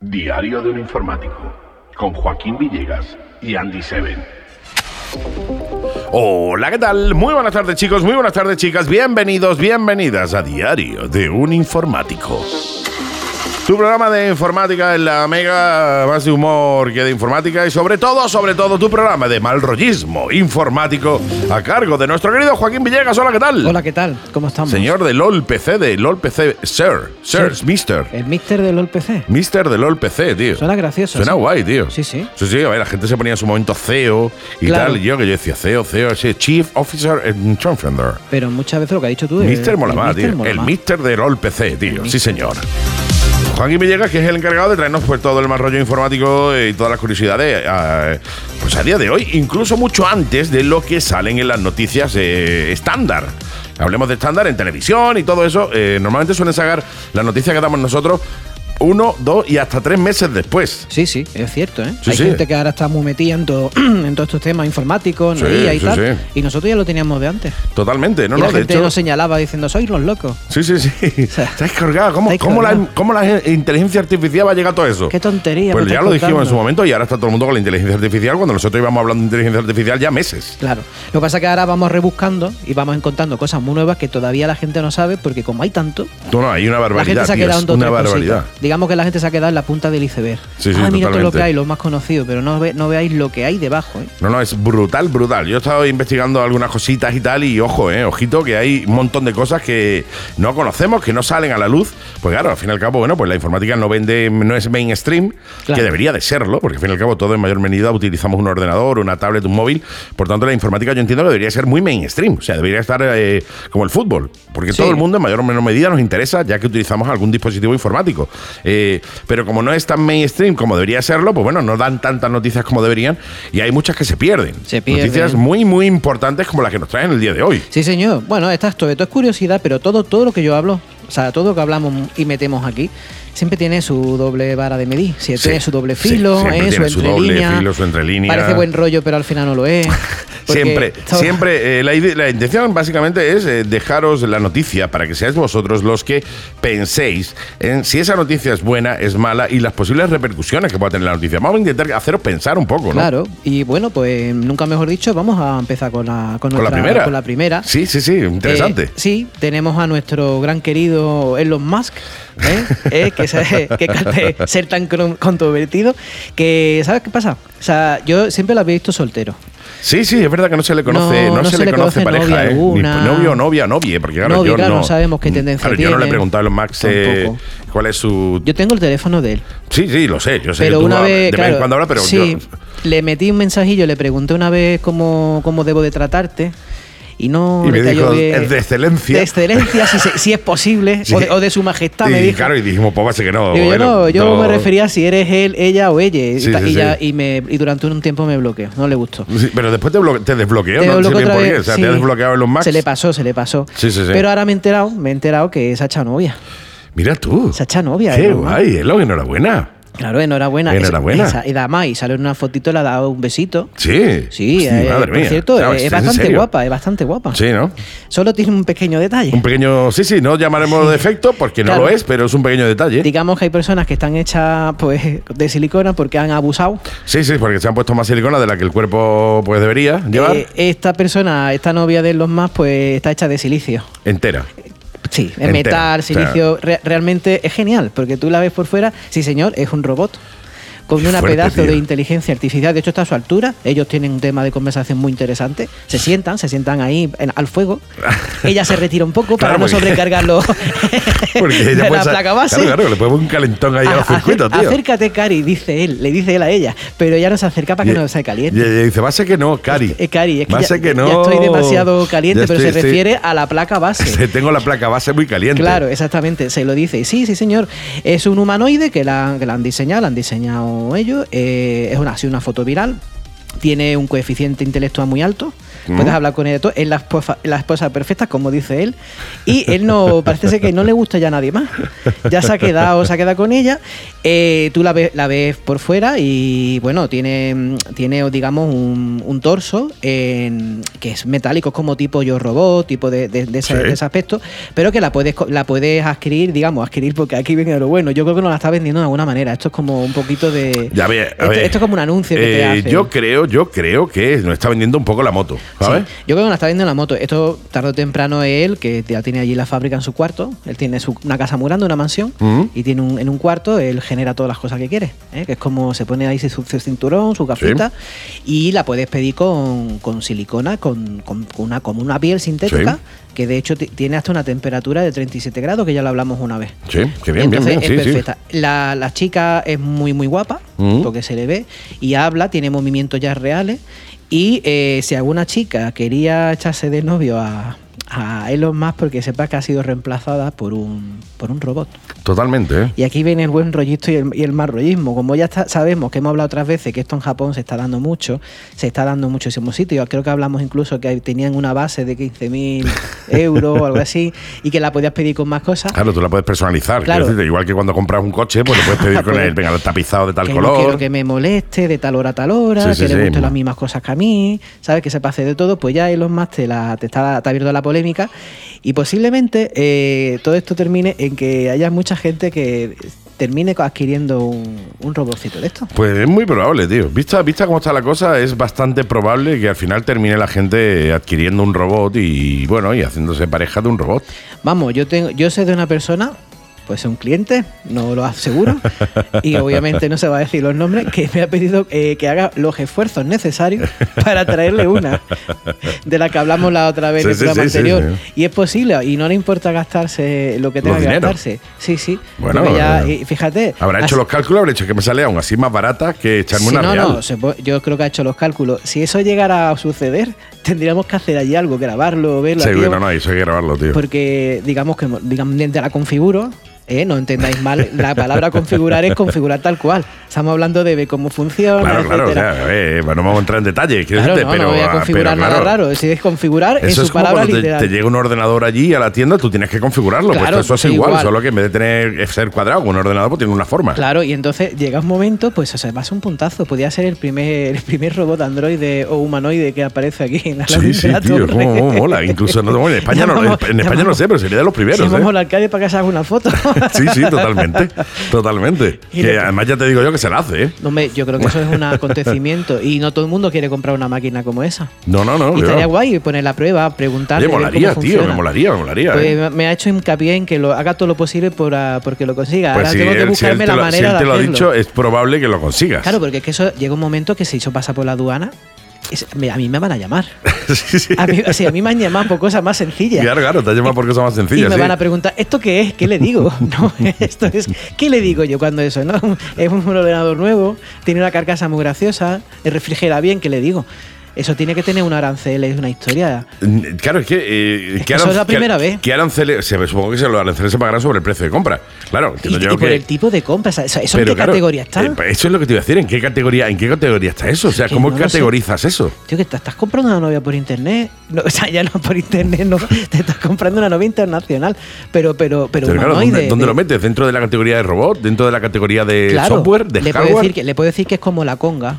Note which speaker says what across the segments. Speaker 1: diario de un informático con Joaquín Villegas y Andy Seven.
Speaker 2: Hola, ¿qué tal? Muy buenas tardes chicos, muy buenas tardes chicas, bienvenidos, bienvenidas a Diario de un Informático. Tu programa de informática en la mega más de humor que de informática y sobre todo, sobre todo tu programa de mal rollismo informático a cargo de nuestro querido Joaquín Villegas. Hola, ¿qué tal?
Speaker 3: Hola, ¿qué tal? ¿Cómo estamos?
Speaker 2: Señor de LOL PC, de LOL PC, Sir, Sir, Mister.
Speaker 3: El mister del OLPC.
Speaker 2: Mister del LOL PC, tío.
Speaker 3: Suena gracioso.
Speaker 2: Suena
Speaker 3: sí.
Speaker 2: guay, tío.
Speaker 3: Sí, sí.
Speaker 2: Sí, sí, a ver, la gente se ponía en su momento CEO y
Speaker 3: Claro.
Speaker 2: tal. Y yo que yo decía CEO, CEO, sí, Chief Officer and Transfender.
Speaker 3: Pero muchas veces lo que ha dicho tú es.
Speaker 2: Mister mola más, tío.
Speaker 3: mola
Speaker 2: el
Speaker 3: más.
Speaker 2: Mister del LOL PC, tío. Sí, señor. Joaquín Villegas, que es el encargado de traernos pues todo el más rollo informático y todas las curiosidades eh, pues a día de hoy, incluso mucho antes de lo que salen en las noticias eh, estándar. Hablemos de estándar en televisión y todo eso. eh, normalmente suelen sacar las noticias que damos nosotros uno, dos y hasta tres meses después.
Speaker 3: Sí, sí, es cierto, ¿eh?
Speaker 2: Sí,
Speaker 3: Hay
Speaker 2: sí.
Speaker 3: gente que ahora está muy metida en, todo- en todos estos temas informáticos, en la
Speaker 2: Sí,
Speaker 3: IA y
Speaker 2: sí,
Speaker 3: tal.
Speaker 2: sí.
Speaker 3: Y nosotros ya lo teníamos de antes.
Speaker 2: Totalmente, no,
Speaker 3: y la
Speaker 2: no, de
Speaker 3: gente
Speaker 2: hecho.
Speaker 3: nos señalaba diciendo, sois los locos.
Speaker 2: Sí, sí, sí.
Speaker 3: sea,
Speaker 2: Estáis colgados. ¿Cómo,
Speaker 3: estáis
Speaker 2: cómo la,
Speaker 3: colgados.
Speaker 2: cómo la inteligencia artificial va a llegar a todo eso?
Speaker 3: Qué tontería.
Speaker 2: Pues
Speaker 3: me
Speaker 2: ya
Speaker 3: estás
Speaker 2: lo dijimos en
Speaker 3: contando.
Speaker 2: su momento y ahora está todo el mundo con la inteligencia artificial cuando nosotros íbamos hablando de inteligencia artificial ya meses.
Speaker 3: Claro. Lo que pasa es que ahora vamos rebuscando y vamos encontrando cosas muy nuevas que todavía la gente no sabe porque como hay tanto,
Speaker 2: No, no, hay una
Speaker 3: la
Speaker 2: barbaridad.
Speaker 3: gente se ha
Speaker 2: tío,
Speaker 3: quedado
Speaker 2: es
Speaker 3: en dos
Speaker 2: una
Speaker 3: tres
Speaker 2: barbaridad.
Speaker 3: cositas. Digamos que la gente se ha quedado en la punta del iceberg.
Speaker 2: Sí, sí,
Speaker 3: ah, mira todo lo
Speaker 2: totalmente.
Speaker 3: que hay, lo más conocido, pero no, ve- no veáis lo que hay debajo, ¿eh?
Speaker 2: No, no, es brutal, brutal. Yo he estado investigando algunas cositas y tal, y ojo, eh, ojito, que hay un montón de cosas que no conocemos, que no salen a la luz. Pues claro, al fin y al cabo, bueno, pues la informática no vende, no es mainstream,
Speaker 3: Claro.
Speaker 2: que debería de serlo, porque al fin y al cabo todos en mayor medida utilizamos un ordenador, una tablet, un móvil. Por tanto, la informática yo entiendo que debería ser muy mainstream, o sea, debería estar eh, como el fútbol, porque
Speaker 3: Sí.
Speaker 2: todo el mundo en mayor o menor medida nos interesa, ya que utilizamos algún dispositivo informático. Eh, pero como no es tan mainstream como debería serlo, pues bueno, no dan tantas noticias como deberían, y hay muchas que se pierden.
Speaker 3: Se pierden.
Speaker 2: Noticias muy, muy importantes como las que nos traen el día de hoy.
Speaker 3: Sí, señor. Bueno, esta esto, esto es curiosidad, pero todo, todo lo que yo hablo, o sea, todo lo que hablamos y metemos aquí, siempre tiene su doble vara de medir. Si
Speaker 2: Sí,
Speaker 3: tiene su doble
Speaker 2: sí,
Speaker 3: filo,
Speaker 2: siempre
Speaker 3: eh, su
Speaker 2: tiene su doble
Speaker 3: entrelínea.
Speaker 2: filo, su entrelínea.
Speaker 3: Parece buen rollo, pero al final no lo es. Porque
Speaker 2: Siempre,
Speaker 3: todo-
Speaker 2: siempre. eh, la, ide- la intención básicamente es eh, dejaros la noticia para que seáis vosotros los que penséis en si esa noticia es buena, es mala y las posibles repercusiones que pueda tener la noticia. Vamos a intentar haceros pensar un poco, ¿no?
Speaker 3: Claro, y bueno, pues nunca mejor dicho, vamos a empezar con la, con
Speaker 2: Con la
Speaker 3: nuestra-
Speaker 2: primera.
Speaker 3: Con la primera.
Speaker 2: Sí, sí, sí, interesante.
Speaker 3: Eh, sí, tenemos a nuestro gran querido Elon Musk, ¿eh? Eh, que, sabe- que encanta ser tan cron- controvertido, que ¿sabes qué pasa? O sea, yo siempre lo había visto soltero.
Speaker 2: sí, sí, es verdad que no se le conoce, no, se, le conoce, pareja,
Speaker 3: novia
Speaker 2: ¿eh? Ni
Speaker 3: alguna.
Speaker 2: novio o novia, novia, porque claro,
Speaker 3: Novio,
Speaker 2: yo
Speaker 3: claro,
Speaker 2: no,
Speaker 3: no sabemos qué tendencia
Speaker 2: claro, Yo no le he
Speaker 3: tiene.
Speaker 2: preguntado a los Max eh,
Speaker 3: Tampoco.
Speaker 2: cuál es su.
Speaker 3: Yo tengo el teléfono de él,
Speaker 2: sí, sí, lo sé, yo sé.
Speaker 3: pero
Speaker 2: que tú
Speaker 3: una
Speaker 2: no-
Speaker 3: vez...
Speaker 2: de vez
Speaker 3: claro,
Speaker 2: en cuando hablas, pero
Speaker 3: sí,
Speaker 2: yo-
Speaker 3: le metí un mensajillo, le pregunté una vez cómo, cómo debo de tratarte y no...
Speaker 2: Y
Speaker 3: le
Speaker 2: me
Speaker 3: cayó
Speaker 2: dijo,
Speaker 3: bien.
Speaker 2: "Es de excelencia".
Speaker 3: De excelencia, si, se- si es posible,
Speaker 2: Sí.
Speaker 3: o, de, o de su majestad,
Speaker 2: y,
Speaker 3: me dijo.
Speaker 2: claro, y dijimos, pues va a ser que no.
Speaker 3: Digo, yo
Speaker 2: bueno,
Speaker 3: no, yo
Speaker 2: no.
Speaker 3: me refería a si eres él, ella o ella. y
Speaker 2: Sí,
Speaker 3: ta-
Speaker 2: sí,
Speaker 3: y,
Speaker 2: sí.
Speaker 3: ya- y me, y durante un tiempo me bloqueó, no le gustó.
Speaker 2: Sí, pero después te, blo- te desbloqueó,
Speaker 3: Te
Speaker 2: no sé
Speaker 3: bloqueó
Speaker 2: bien
Speaker 3: otra
Speaker 2: por qué.
Speaker 3: vez,
Speaker 2: O sea,
Speaker 3: sí.
Speaker 2: te ha desbloqueado en los Max.
Speaker 3: Se le pasó, se le pasó.
Speaker 2: Sí, sí, sí.
Speaker 3: Pero ahora me he enterado, me he enterado que se ha echado novia.
Speaker 2: Mira tú.
Speaker 3: Se ha echado ¿eh, novia,
Speaker 2: Qué
Speaker 3: Elon Musk.
Speaker 2: guay, Elon, enhorabuena.
Speaker 3: Claro, enhorabuena. Es-
Speaker 2: Enhorabuena.
Speaker 3: esa- y además, y sale en una fotito, le ha dado un besito.
Speaker 2: Sí.
Speaker 3: Sí,
Speaker 2: Hostia,
Speaker 3: eh,
Speaker 2: madre
Speaker 3: por
Speaker 2: mía.
Speaker 3: cierto,
Speaker 2: Claro,
Speaker 3: es,
Speaker 2: ¿en
Speaker 3: bastante
Speaker 2: serio?
Speaker 3: guapa, es bastante guapa.
Speaker 2: Sí, ¿no?
Speaker 3: Solo tiene un pequeño detalle.
Speaker 2: Un pequeño. Sí, sí, no llamaremos defecto porque no
Speaker 3: Claro.
Speaker 2: lo es, pero es un pequeño detalle.
Speaker 3: Digamos que hay personas que están hechas pues de silicona porque han abusado.
Speaker 2: Sí, sí, porque se han puesto más silicona de la que el cuerpo pues debería llevar
Speaker 3: Eh, esta persona, esta novia de los más, pues está hecha de silicio.
Speaker 2: entera.
Speaker 3: Sí, es
Speaker 2: Entera,
Speaker 3: metal, silicio.
Speaker 2: o
Speaker 3: re- realmente es genial, porque tú la ves por fuera, sí señor, es un robot. Con
Speaker 2: Qué
Speaker 3: una
Speaker 2: fuerte,
Speaker 3: pedazo
Speaker 2: tío.
Speaker 3: de inteligencia artificial. De hecho, está a su altura. Ellos tienen un tema de conversación muy interesante. Se sientan, se sientan ahí en- al fuego. Ella se retira un poco para
Speaker 2: Claro,
Speaker 3: no
Speaker 2: porque-
Speaker 3: sobrecargarlo
Speaker 2: Porque
Speaker 3: de
Speaker 2: ella
Speaker 3: la
Speaker 2: puede ser-
Speaker 3: placa base. Ah,
Speaker 2: Claro, claro, le ponemos un calentón ahí a los
Speaker 3: Acer-
Speaker 2: circuitos, tío.
Speaker 3: Acércate, Cari, dice él. Le dice él a ella. Pero ella no se acerca para que
Speaker 2: Y-
Speaker 3: no se caliente.
Speaker 2: Y ella dice, va a ser que no, Cari.
Speaker 3: Eh, Cari, es que,
Speaker 2: Va a
Speaker 3: ya,
Speaker 2: ser que
Speaker 3: ya
Speaker 2: no.
Speaker 3: estoy demasiado caliente,
Speaker 2: Ya
Speaker 3: pero
Speaker 2: estoy-
Speaker 3: se
Speaker 2: estoy-
Speaker 3: refiere a la placa base.
Speaker 2: Tengo la placa base muy caliente.
Speaker 3: Claro, exactamente, se lo dice. Y Sí, sí, señor. Es un humanoide que la, han- que la han diseñado, la han diseñado ellos. Eh, es una, ha sido una foto viral. tiene un coeficiente intelectual muy alto. Puedes hablar con él de todo. Es la esposa, la esposa perfecta, como dice él. Y él no, parece ser que no le gusta ya a nadie más. Ya se ha quedado, se ha quedado con ella. Eh, tú la ves, la ves por fuera y bueno, tiene, tiene digamos, un, un torso en- que es metálico, es como tipo yo robot, tipo de, de- de ese,
Speaker 2: Sí.
Speaker 3: de ese aspecto, pero que la puedes, co- la puedes adquirir, digamos, adquirir, porque aquí viene lo bueno. Yo creo que nos la está vendiendo de alguna manera. Esto es como un poquito de.
Speaker 2: Ya ve, a
Speaker 3: esto,
Speaker 2: ver.
Speaker 3: esto es como un anuncio que te
Speaker 2: Eh,
Speaker 3: hace.
Speaker 2: Yo creo, yo creo que nos está vendiendo un poco la moto, ¿sabes?
Speaker 3: Sí, Yo creo que nos está viendo en la moto. Esto tarde o temprano es él, que ya tiene allí la fábrica en su cuarto. Él tiene su- una casa muy grande, una mansión,
Speaker 2: Ujú.
Speaker 3: y tiene un, en un cuarto, él genera todas las cosas que quiere. ¿eh? Que es como se pone ahí su, su cinturón, su gafita, y la puedes pedir con, con silicona, con, con- con una, como una piel sintética,
Speaker 2: Sí.
Speaker 3: que de hecho ti- tiene hasta una temperatura de 37 grados, que ya lo hablamos una vez.
Speaker 2: Sí, que bien, bien,
Speaker 3: Entonces,
Speaker 2: bien. Sí,
Speaker 3: Es
Speaker 2: sí.
Speaker 3: perfecta. La, la chica es muy, muy guapa,
Speaker 2: Mm.
Speaker 3: porque se le ve, y habla, tiene movimientos ya reales. Y eh, si alguna chica quería echarse de novio a, a Elon Musk, porque sepa que ha sido reemplazada por un, por un robot.
Speaker 2: Totalmente, ¿eh?
Speaker 3: Y aquí viene el buen rollito y el, y el mal rollismo. Como ya está- sabemos que hemos hablado otras veces que esto en Japón se está dando mucho, se está dando en muchísimos sitios. Creo que hablamos incluso que tenían una base de 15.000 euros o algo así, y que la podías pedir con más cosas.
Speaker 2: Claro, tú la puedes personalizar.
Speaker 3: Claro.
Speaker 2: quiero decirte, igual que cuando compras un coche, pues le puedes pedir con
Speaker 3: Pues-
Speaker 2: el, venga, el tapizado de tal
Speaker 3: que no
Speaker 2: color.
Speaker 3: quiero que me moleste de tal hora a tal hora,
Speaker 2: Sí, sí,
Speaker 3: que
Speaker 2: sí.
Speaker 3: le gusten las mismas cosas que a mí, ¿sabes? Que se pase de todo, pues ya Elon Musk te, la, te está, te ha abierto la polémica y posiblemente eh, todo esto termine en que haya mucha gente que termine adquiriendo un, un robotcito de esto.
Speaker 2: Pues es muy probable, tío. Vista, vista cómo está la cosa, es bastante probable que al final termine la gente adquiriendo un robot y, bueno, y haciéndose pareja de un robot.
Speaker 3: Vamos, yo tengo, yo sé de una persona, pues un cliente, no lo aseguro, y obviamente no se va a decir los nombres, que me ha pedido eh, que haga los esfuerzos necesarios para traerle una, de la que hablamos la otra vez en el
Speaker 2: Sí, sí,
Speaker 3: programa
Speaker 2: sí, sí,
Speaker 3: anterior.
Speaker 2: sí.
Speaker 3: Y es posible, y no le importa gastarse lo que tenga
Speaker 2: Los
Speaker 3: que
Speaker 2: dineros.
Speaker 3: gastarse. Sí, sí.
Speaker 2: Bueno,
Speaker 3: porque ya,
Speaker 2: eh,
Speaker 3: y fíjate.
Speaker 2: Habrá hecho
Speaker 3: así-
Speaker 2: los cálculos, habrá hecho que me sale aún así más barata que echarme
Speaker 3: Sí,
Speaker 2: una
Speaker 3: no,
Speaker 2: real.
Speaker 3: no, se po- yo creo que ha hecho los cálculos. Si eso llegara a suceder, tendríamos que hacer allí algo, grabarlo, verlo.
Speaker 2: Sí,
Speaker 3: aquí,
Speaker 2: bueno, no, eso hay que grabarlo, tío.
Speaker 3: porque digamos que digamos, de la configuro, ¿eh? no entendáis mal, la palabra configurar es configurar tal cual. Estamos hablando de ver cómo funciona,
Speaker 2: Claro,
Speaker 3: etcétera.
Speaker 2: claro, o sea, a ver, bueno, no vamos a entrar en detalles, quiero
Speaker 3: Claro,
Speaker 2: decirte,
Speaker 3: no,
Speaker 2: pero,
Speaker 3: no voy a
Speaker 2: ah,
Speaker 3: configurar
Speaker 2: pero,
Speaker 3: nada
Speaker 2: claro,
Speaker 3: raro. Si es configurar,
Speaker 2: Eso
Speaker 3: es
Speaker 2: es
Speaker 3: su
Speaker 2: como
Speaker 3: palabra
Speaker 2: cuando te,
Speaker 3: literal.
Speaker 2: te llega un ordenador allí a la tienda, tú tienes que configurarlo.
Speaker 3: Claro,
Speaker 2: pues eso es
Speaker 3: sí,
Speaker 2: igual,
Speaker 3: igual.
Speaker 2: solo que en vez de tener ser cuadrado, un ordenador pues tiene una forma.
Speaker 3: Claro, y entonces llega un momento, pues o sea, va a ser un puntazo. Podría ser el primer, el primer robot androide o humanoide que aparece aquí en la
Speaker 2: Sí, sí,
Speaker 3: Alameda
Speaker 2: tío,
Speaker 3: Torre.
Speaker 2: cómo- cómo mola. Incluso no, bueno, en España, no,
Speaker 3: Llamamos-
Speaker 2: en España no
Speaker 3: llamamos-
Speaker 2: sé, pero sería de los primeros. ¿eh?
Speaker 3: Llamamos al alcalde para que se haga una foto.
Speaker 2: Sí, sí, totalmente. Totalmente.
Speaker 3: Y
Speaker 2: Que
Speaker 3: le-
Speaker 2: además ya te digo yo que se la hace, ¿eh?
Speaker 3: No, hombre, yo creo que eso es un acontecimiento y no todo el mundo quiere comprar una máquina como esa.
Speaker 2: No, no, no.
Speaker 3: Y
Speaker 2: yo-
Speaker 3: estaría guay poner la prueba, preguntarle.
Speaker 2: Oye,
Speaker 3: ver
Speaker 2: molaría,
Speaker 3: cómo
Speaker 2: tío, me
Speaker 3: funciona.
Speaker 2: molaría, me molaría.
Speaker 3: Pues
Speaker 2: ¿eh?
Speaker 3: me- me ha hecho hincapié en que lo haga todo lo posible por, ah, porque lo consiga.
Speaker 2: Pues
Speaker 3: Ahora tengo que
Speaker 2: si él
Speaker 3: buscarme
Speaker 2: te
Speaker 3: la
Speaker 2: lo- si
Speaker 3: manera
Speaker 2: él te
Speaker 3: de
Speaker 2: lo ha
Speaker 3: hacerlo.
Speaker 2: dicho, es probable que lo consigas.
Speaker 3: Claro, porque es que eso llega un momento que si eso pasa por la aduana, es- me- a mí me van a llamar.
Speaker 2: sí, sí.
Speaker 3: A mí, o sea, a mí me han llamado por cosas más sencillas.
Speaker 2: Claro, claro, te has llamado por cosas más
Speaker 3: Y
Speaker 2: sencillas. ¿eh?
Speaker 3: me
Speaker 2: sí.
Speaker 3: van a preguntar, ¿esto qué es? ¿Qué le digo? No, esto es, ¿qué le digo yo cuando eso? No? Es un ordenador nuevo, tiene una carcasa muy graciosa, refrigera bien, ¿qué le digo? Eso tiene que tener un arancel, es una historia.
Speaker 2: Mm, Claro, es que. eh,
Speaker 3: Es
Speaker 2: ¿qué
Speaker 3: que eso
Speaker 2: aranc-
Speaker 3: es la
Speaker 2: qué-
Speaker 3: primera vez.
Speaker 2: ¿Qué aranceles? se- Supongo que se los aranceles se pagarán sobre el precio de compra. Claro,
Speaker 3: Y,
Speaker 2: entiendo
Speaker 3: y
Speaker 2: yo
Speaker 3: por
Speaker 2: que-
Speaker 3: el tipo de compras, ¿eso, eso en
Speaker 2: pero
Speaker 3: qué
Speaker 2: claro,
Speaker 3: categoría está?
Speaker 2: eh, eso es lo que te iba a decir. ¿En qué categoría, en qué categoría está eso? O sea,
Speaker 3: Que
Speaker 2: ¿cómo
Speaker 3: no lo sé.
Speaker 2: categorizas eso?
Speaker 3: Tío, que te estás comprando una novia por internet. No, o sea, ya no por internet, no. Te estás comprando una novia internacional. Pero, pero, pero,
Speaker 2: Pero claro,
Speaker 3: humanoide,
Speaker 2: ¿dónde, dónde
Speaker 3: de-
Speaker 2: lo metes? ¿Dentro de la categoría de robot? ¿Dentro de la categoría de
Speaker 3: Claro,
Speaker 2: software? ¿De
Speaker 3: le puedo,
Speaker 2: hardware?
Speaker 3: decir que, le puedo decir que es como la conga.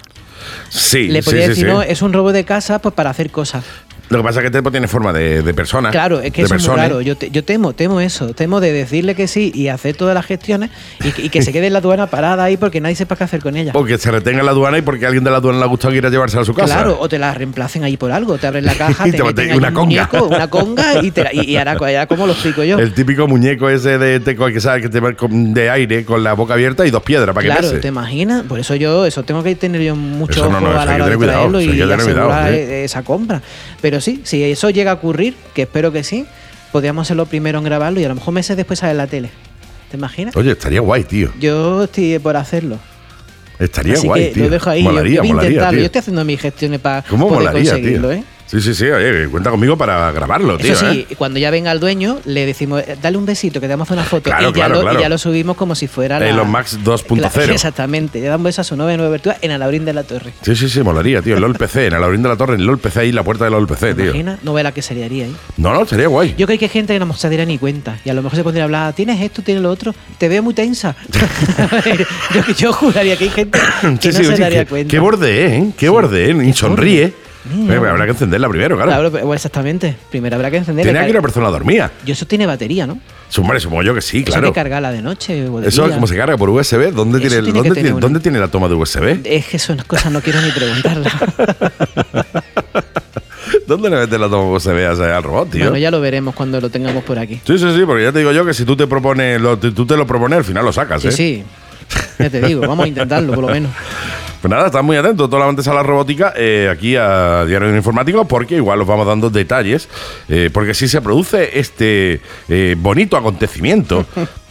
Speaker 2: Sí,
Speaker 3: le
Speaker 2: sí,
Speaker 3: podría
Speaker 2: sí,
Speaker 3: decir,
Speaker 2: sí.
Speaker 3: no, es un robo de casa pues, para hacer cosas.
Speaker 2: Lo que pasa es que Tepo tiene forma de, de persona.
Speaker 3: Claro, es que
Speaker 2: Ah, de
Speaker 3: eso es muy
Speaker 2: persona.
Speaker 3: raro. Yo, te- yo temo, temo eso. Temo de decirle que sí y hacer todas las gestiones y, que- y que se quede en la aduana parada ahí porque nadie sepa qué hacer con ella.
Speaker 2: O que se retenga en la aduana y porque a alguien de la aduana le ha gustado que ir a llevársela a su casa.
Speaker 3: Claro, o te la reemplacen ahí por algo. Te abren la caja,
Speaker 2: Y
Speaker 3: te,
Speaker 2: te
Speaker 3: meten
Speaker 2: meten
Speaker 3: ahí
Speaker 2: una
Speaker 3: un
Speaker 2: conga.
Speaker 3: muñeco, una conga y, te la- y, y ahora, ahora cómo lo explico yo.
Speaker 2: El típico muñeco ese de teco que sabe que te va con- de aire con la boca abierta y dos piedras para que
Speaker 3: claro,
Speaker 2: pese.
Speaker 3: te imaginas. Por eso yo, eso tengo que tener yo mucho
Speaker 2: Eso no,
Speaker 3: ojo
Speaker 2: no, eso
Speaker 3: a la
Speaker 2: hay que
Speaker 3: hora de
Speaker 2: tener cuidado,
Speaker 3: traerlo
Speaker 2: eso hay
Speaker 3: y
Speaker 2: que tener cuidado,
Speaker 3: asegurar
Speaker 2: sí.
Speaker 3: e- esa compra. Pero sí, si eso llega a ocurrir, que espero que sí, podríamos hacerlo primero en grabarlo y a lo mejor meses después sale en la tele. ¿Te imaginas?
Speaker 2: Oye, estaría guay, tío.
Speaker 3: Yo estoy por hacerlo.
Speaker 2: Estaría
Speaker 3: Así
Speaker 2: guay,
Speaker 3: que
Speaker 2: tío.
Speaker 3: lo dejo ahí. yo
Speaker 2: Molaría,
Speaker 3: voy a
Speaker 2: molaría,
Speaker 3: intentarlo.
Speaker 2: tío.
Speaker 3: Yo estoy haciendo mis gestiones para
Speaker 2: ¿Cómo
Speaker 3: poder
Speaker 2: molaría, tío?
Speaker 3: conseguirlo, ¿eh?
Speaker 2: Sí, sí, sí, oye, cuenta conmigo para grabarlo, tío.
Speaker 3: Eso sí,
Speaker 2: ¿eh?
Speaker 3: cuando ya venga el dueño, le decimos, "Eh, dale un besito, que te damos una foto.
Speaker 2: Claro,
Speaker 3: y, ya
Speaker 2: claro,
Speaker 3: lo, y
Speaker 2: claro.
Speaker 3: ya lo subimos como si fuera la.
Speaker 2: Elon Musk 2.0.
Speaker 3: Claro, Exactamente, ya damos beso a su novia de nueva abertura en Alaurín de la Torre.
Speaker 2: Sí, sí, sí, molaría, tío. El LOL PC, en el Laurín de la Torre, el LOL PC ahí, la puerta del LOL PC,
Speaker 3: ¿Te
Speaker 2: Eh, tío.
Speaker 3: imaginas? Novela que sería ahí.
Speaker 2: No, no, sería guay.
Speaker 3: Yo creo que hay gente que no se diera ni cuenta y a lo mejor se pondría a hablar, tienes esto, tienes lo otro, te veo muy tensa. yo, yo juraría que hay gente que
Speaker 2: Sí,
Speaker 3: no
Speaker 2: sí,
Speaker 3: se
Speaker 2: oye,
Speaker 3: daría
Speaker 2: qué-
Speaker 3: cuenta.
Speaker 2: Qué borde, ¿eh? Qué borde, ¿eh? Y sonríe.
Speaker 3: Mm.
Speaker 2: Eh, habrá que encenderla primero, claro.
Speaker 3: Claro, pero- bueno, exactamente. Primero habrá que encender.
Speaker 2: Tenía
Speaker 3: Car-
Speaker 2: que una persona dormía.
Speaker 3: Yo eso tiene batería, ¿no?
Speaker 2: Hombre, supongo yo que sí,
Speaker 3: Eso hay
Speaker 2: claro.
Speaker 3: que cargarla de noche. o de
Speaker 2: Eso
Speaker 3: día.
Speaker 2: como se carga por USB, ¿dónde
Speaker 3: Eso
Speaker 2: tiene, el-
Speaker 3: tiene que
Speaker 2: dónde,
Speaker 3: tener
Speaker 2: tiene,
Speaker 3: una.
Speaker 2: dónde tiene la toma de USB?
Speaker 3: Es que son cosas no quiero ni preguntarlas.
Speaker 2: ¿Dónde le metes la toma USB a ese- al robot, tío?
Speaker 3: bueno, ya lo veremos cuando lo tengamos por aquí.
Speaker 2: Sí, sí, sí, porque ya te digo yo que si tú te propones, lo- tú te lo propones, al final lo sacas,
Speaker 3: Sí,
Speaker 2: ¿eh?
Speaker 3: sí. Ya te digo, vamos a intentarlo por lo menos.
Speaker 2: Pues nada, estás muy atentos toda la antesala robótica eh, aquí a Diario Informático porque igual os vamos dando detalles. eh, porque si se produce este eh, bonito acontecimiento,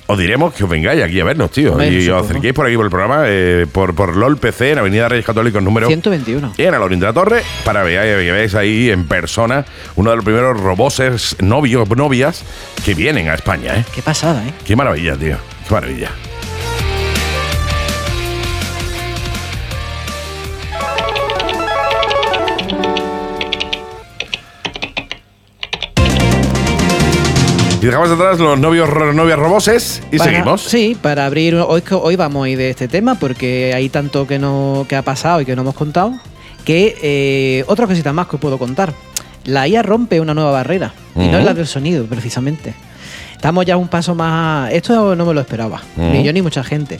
Speaker 2: os diremos que os vengáis aquí a vernos, tío.
Speaker 3: Hombre,
Speaker 2: y os
Speaker 3: supongo.
Speaker 2: acerquéis por aquí por el programa, eh, por, por LOL PC en Avenida Reyes Católicos número
Speaker 3: 121.
Speaker 2: en Alorín de la Torre para que veáis, que veáis ahí en persona uno de los primeros roboses novios, novias que vienen a España, ¿eh?
Speaker 3: Qué pasada, ¿eh?
Speaker 2: Qué maravilla, tío. Qué maravilla. Y dejamos atrás los novios ro- novias roboses y
Speaker 3: Para-
Speaker 2: seguimos.
Speaker 3: Sí, para abrir. Hoy, co- hoy vamos a ir de este tema porque hay tanto que, no, que ha pasado y que no hemos contado. Que eh, otra cosita más que os puedo contar. La IA rompe una nueva barrera y no es
Speaker 2: Ujú.
Speaker 3: la del sonido, precisamente. Estamos ya un paso más. Esto no me lo esperaba, ni
Speaker 2: Ujú.
Speaker 3: yo ni mucha gente.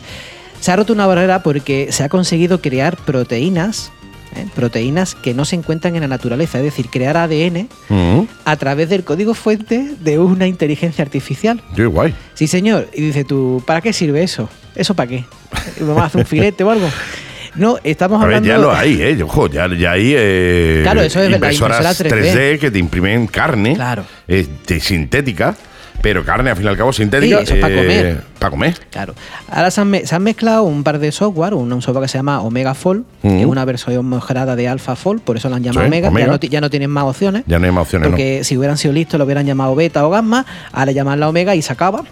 Speaker 3: Se ha roto una barrera porque se ha conseguido crear proteínas, ¿eh? proteínas que no se encuentran en la naturaleza, es decir, crear ADN
Speaker 2: Mm,
Speaker 3: a través del código fuente de una inteligencia artificial.
Speaker 2: tío, guay.
Speaker 3: Sí, señor. Y dice tú, ¿para qué sirve eso? ¿Eso para qué? ¿Vamos a hacer un filete o algo? No, estamos
Speaker 2: A ver,
Speaker 3: hablando...
Speaker 2: ya lo hay, ¿eh? Ojo, ya, ya hay eh,
Speaker 3: Claro, eso es verdad,
Speaker 2: impresoras
Speaker 3: impresora
Speaker 2: 3D.
Speaker 3: 3D
Speaker 2: que te imprimen carne
Speaker 3: Claro.
Speaker 2: eh, de- sintética, pero carne al fin y al cabo sintética.
Speaker 3: Sí, eso es pa' comer.
Speaker 2: Para comer.
Speaker 3: Claro. Ahora se han, me- se han mezclado un par de software, un, un software que se llama Omega Fall, que
Speaker 2: Mm.
Speaker 3: es una versión mejorada de Alpha Fall, por eso la han llamado
Speaker 2: Sí,
Speaker 3: Omega.
Speaker 2: Omega.
Speaker 3: Ya, no, ti- ya no tienen más opciones.
Speaker 2: Ya no hay más opciones, ¿no?
Speaker 3: Porque si hubieran sido listos, lo hubieran llamado beta o gamma, ahora llaman la omega y se acaba,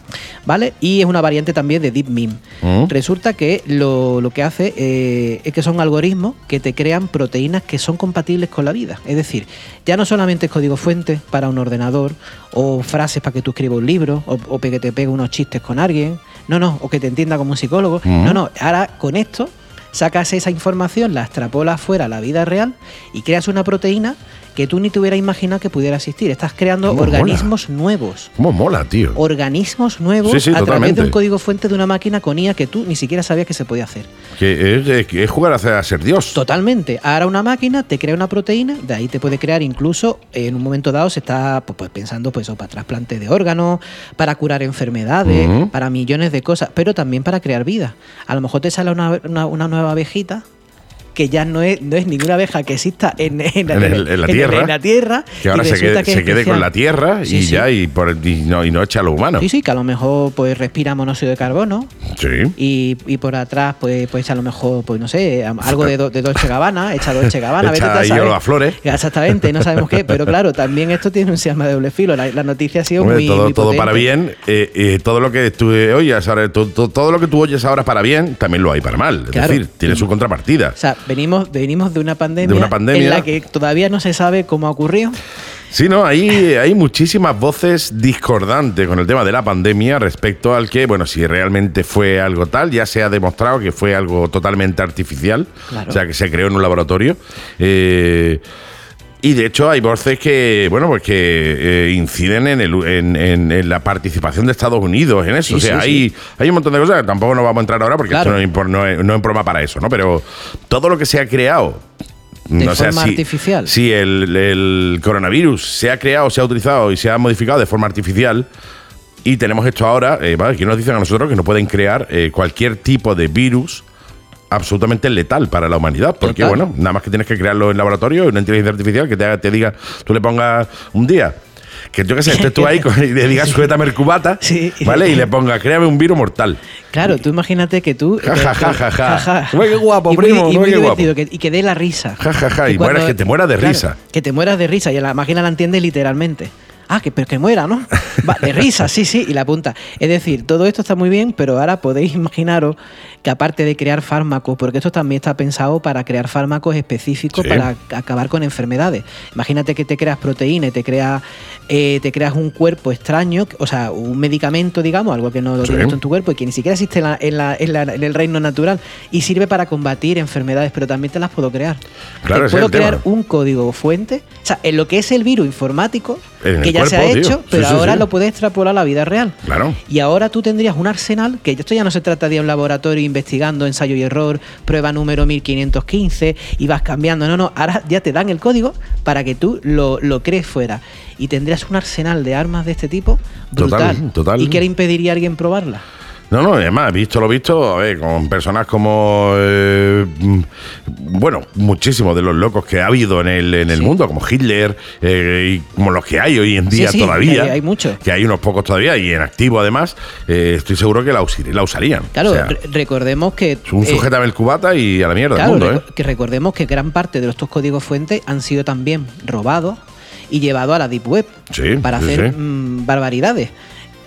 Speaker 3: ¿vale? Y es una variante también de DeepMeme.
Speaker 2: Mm.
Speaker 3: Resulta que lo, lo que hace eh, es que son algoritmos que te crean proteínas que son compatibles con la vida. Es decir, ya no solamente es código fuente para un ordenador, o frases para que tú escribas un libro, o, o que te pegue unos chistes con alguien, no, no, o que te entienda como un psicólogo,
Speaker 2: Mm.
Speaker 3: no, no, ahora con esto sacas esa información, la extrapolas fuera a la vida real y creas una proteína que tú ni te hubieras imaginado que pudiera existir. Estás creando
Speaker 2: Cómo mola.
Speaker 3: organismos nuevos.
Speaker 2: ¿Cómo mola, tío?
Speaker 3: Organismos nuevos
Speaker 2: Sí, sí,
Speaker 3: a través
Speaker 2: totalmente.
Speaker 3: de un código fuente de una máquina con IA que tú ni siquiera sabías que se podía hacer.
Speaker 2: Que es, es- es jugar a ser, a ser Dios.
Speaker 3: Totalmente. Ahora una máquina te crea una proteína, de ahí te puede crear incluso eh, en un momento dado se está pues, pues, pensando pues eso, para trasplante de órganos, para curar enfermedades,
Speaker 2: Ujú.
Speaker 3: para millones de cosas, pero también para crear vida. A lo mejor te sale una, una- una nueva abejita que ya no es, no es ninguna abeja que exista en,
Speaker 2: En el- en la tierra.
Speaker 3: en la tierra,
Speaker 2: que ahora
Speaker 3: y
Speaker 2: se
Speaker 3: resulta
Speaker 2: quede,
Speaker 3: que es
Speaker 2: se quede con
Speaker 3: especial.
Speaker 2: la tierra
Speaker 3: Sí,
Speaker 2: y
Speaker 3: sí.
Speaker 2: ya, y, por, y no, y no echa a los humanos.
Speaker 3: Sí, sí, que a lo mejor pues respira monóxido de carbono
Speaker 2: Sí.
Speaker 3: y, y por atrás pues pues a lo mejor pues no sé am- algo de, do- de Dolce Gabbana echa Dolce Gabbana vete
Speaker 2: Echa
Speaker 3: tú a
Speaker 2: ahí
Speaker 3: saber.
Speaker 2: olor a flores.
Speaker 3: exactamente no sabemos qué pero claro también esto tiene un sistema de doble filo la, la noticia ha sido
Speaker 2: Hombre,
Speaker 3: muy
Speaker 2: todo,
Speaker 3: muy
Speaker 2: todo
Speaker 3: potente.
Speaker 2: para bien, eh, eh, todo lo que tú eh, oyes ahora, to- to- todo lo que tú oyes ahora para bien, también lo hay para mal. Es
Speaker 3: Claro.
Speaker 2: decir, tiene su contrapartida.
Speaker 3: o sea, venimos, venimos de una pandemia
Speaker 2: De una pandemia.
Speaker 3: en la que todavía no se sabe cómo ha ocurrido.
Speaker 2: Sí, no, hay, hay muchísimas voces discordantes con el tema de la pandemia respecto al que, bueno, si realmente fue algo tal, ya se ha demostrado que fue algo totalmente artificial,
Speaker 3: Claro.
Speaker 2: o sea, que se creó en un laboratorio. Eh, y de hecho hay voces que, bueno, pues que eh, inciden en, el- en- en- en la participación de Estados Unidos en eso.
Speaker 3: Sí,
Speaker 2: o sea,
Speaker 3: sí,
Speaker 2: hay, hay un montón de cosas que tampoco nos vamos a entrar ahora porque
Speaker 3: Claro.
Speaker 2: esto no, es impor- no es, no es broma para eso, ¿no? Pero todo lo que se ha creado
Speaker 3: De
Speaker 2: no sé
Speaker 3: forma
Speaker 2: si-
Speaker 3: artificial.
Speaker 2: Si el, el coronavirus se ha creado, se ha utilizado y se ha modificado de forma artificial. Y tenemos esto ahora, eh, ¿vale? que nos dicen a nosotros que nos pueden crear eh, cualquier tipo de virus absolutamente letal para la humanidad. Porque,
Speaker 3: Total.
Speaker 2: bueno, nada más que tienes que crearlo en laboratorio, una inteligencia artificial que te, haga- te diga, tú le pongas un día. que yo qué sé, estés tú ahí con- y le digas sujétame el cubata,
Speaker 3: Sí.
Speaker 2: ¿vale? Y le ponga, créame un virus mortal.
Speaker 3: Claro, tú imagínate que tú.
Speaker 2: Ja, ja, ja, ja, ja.
Speaker 3: Ja, ja.
Speaker 2: Ué, qué guapo,
Speaker 3: y muy,
Speaker 2: primo,
Speaker 3: y
Speaker 2: ué,
Speaker 3: muy
Speaker 2: qué guapo.
Speaker 3: divertido, que- y que dé la risa.
Speaker 2: Ja, ja, ja, y
Speaker 3: cuando-
Speaker 2: mueras- que te mueras de risa.
Speaker 3: Que te mueras de risa. Y la máquina la entiende literalmente. Ah, que, pero que muera, ¿no? Va, de risa, sí, sí, y la punta. Es decir, todo esto está muy bien, pero ahora podéis imaginaros que aparte de crear fármacos, porque esto también está pensado para crear fármacos específicos
Speaker 2: Sí.
Speaker 3: para acabar con enfermedades. Imagínate que te creas proteínas, te creas, eh, te creas un cuerpo extraño, o sea, un medicamento, digamos, algo que no lo
Speaker 2: Sí.
Speaker 3: tienes tú en tu cuerpo y que ni siquiera existe en, la- en la- en la- en el reino natural y sirve para combatir enfermedades, pero también te las puedo crear.
Speaker 2: Claro, ese
Speaker 3: Te
Speaker 2: es
Speaker 3: puedo
Speaker 2: el tema.
Speaker 3: crear un código fuente, o sea, en lo que es el virus informático,
Speaker 2: En el
Speaker 3: que ya se ha
Speaker 2: cuerpo, tío.
Speaker 3: hecho,
Speaker 2: Sí,
Speaker 3: pero
Speaker 2: sí,
Speaker 3: ahora
Speaker 2: sí.
Speaker 3: lo puedes extrapolar a la vida real.
Speaker 2: Claro.
Speaker 3: Y ahora tú tendrías un arsenal, que esto ya no se trata de un laboratorio investigando ensayo y error, prueba número 1515 y vas cambiando. No, no, ahora ya te dan el código para que tú lo, lo crees fuera. Y tendrías un arsenal de armas de este tipo brutal.
Speaker 2: Total, total.
Speaker 3: ¿Y qué le impediría a alguien probarla?
Speaker 2: No, no, y además, visto lo visto, a ver, con personas como. eh, mm, bueno, muchísimos de los locos que ha habido en el, en el mundo, como Hitler, eh, y como los que hay hoy en día
Speaker 3: Sí, sí,
Speaker 2: todavía.
Speaker 3: hay- hay muchos.
Speaker 2: Que hay unos pocos todavía, y en activo además, eh, estoy seguro que la, usi- la usarían.
Speaker 3: Claro,
Speaker 2: O sea,
Speaker 3: re- recordemos que...
Speaker 2: un
Speaker 3: eh,
Speaker 2: sujeta del cubata y a la mierda del
Speaker 3: Claro,
Speaker 2: mundo, ¿eh?
Speaker 3: reco- que recordemos que gran parte de estos códigos fuentes han sido también robados y llevados a la Deep Web
Speaker 2: Sí,
Speaker 3: para
Speaker 2: sí,
Speaker 3: hacer
Speaker 2: sí.
Speaker 3: mm, barbaridades.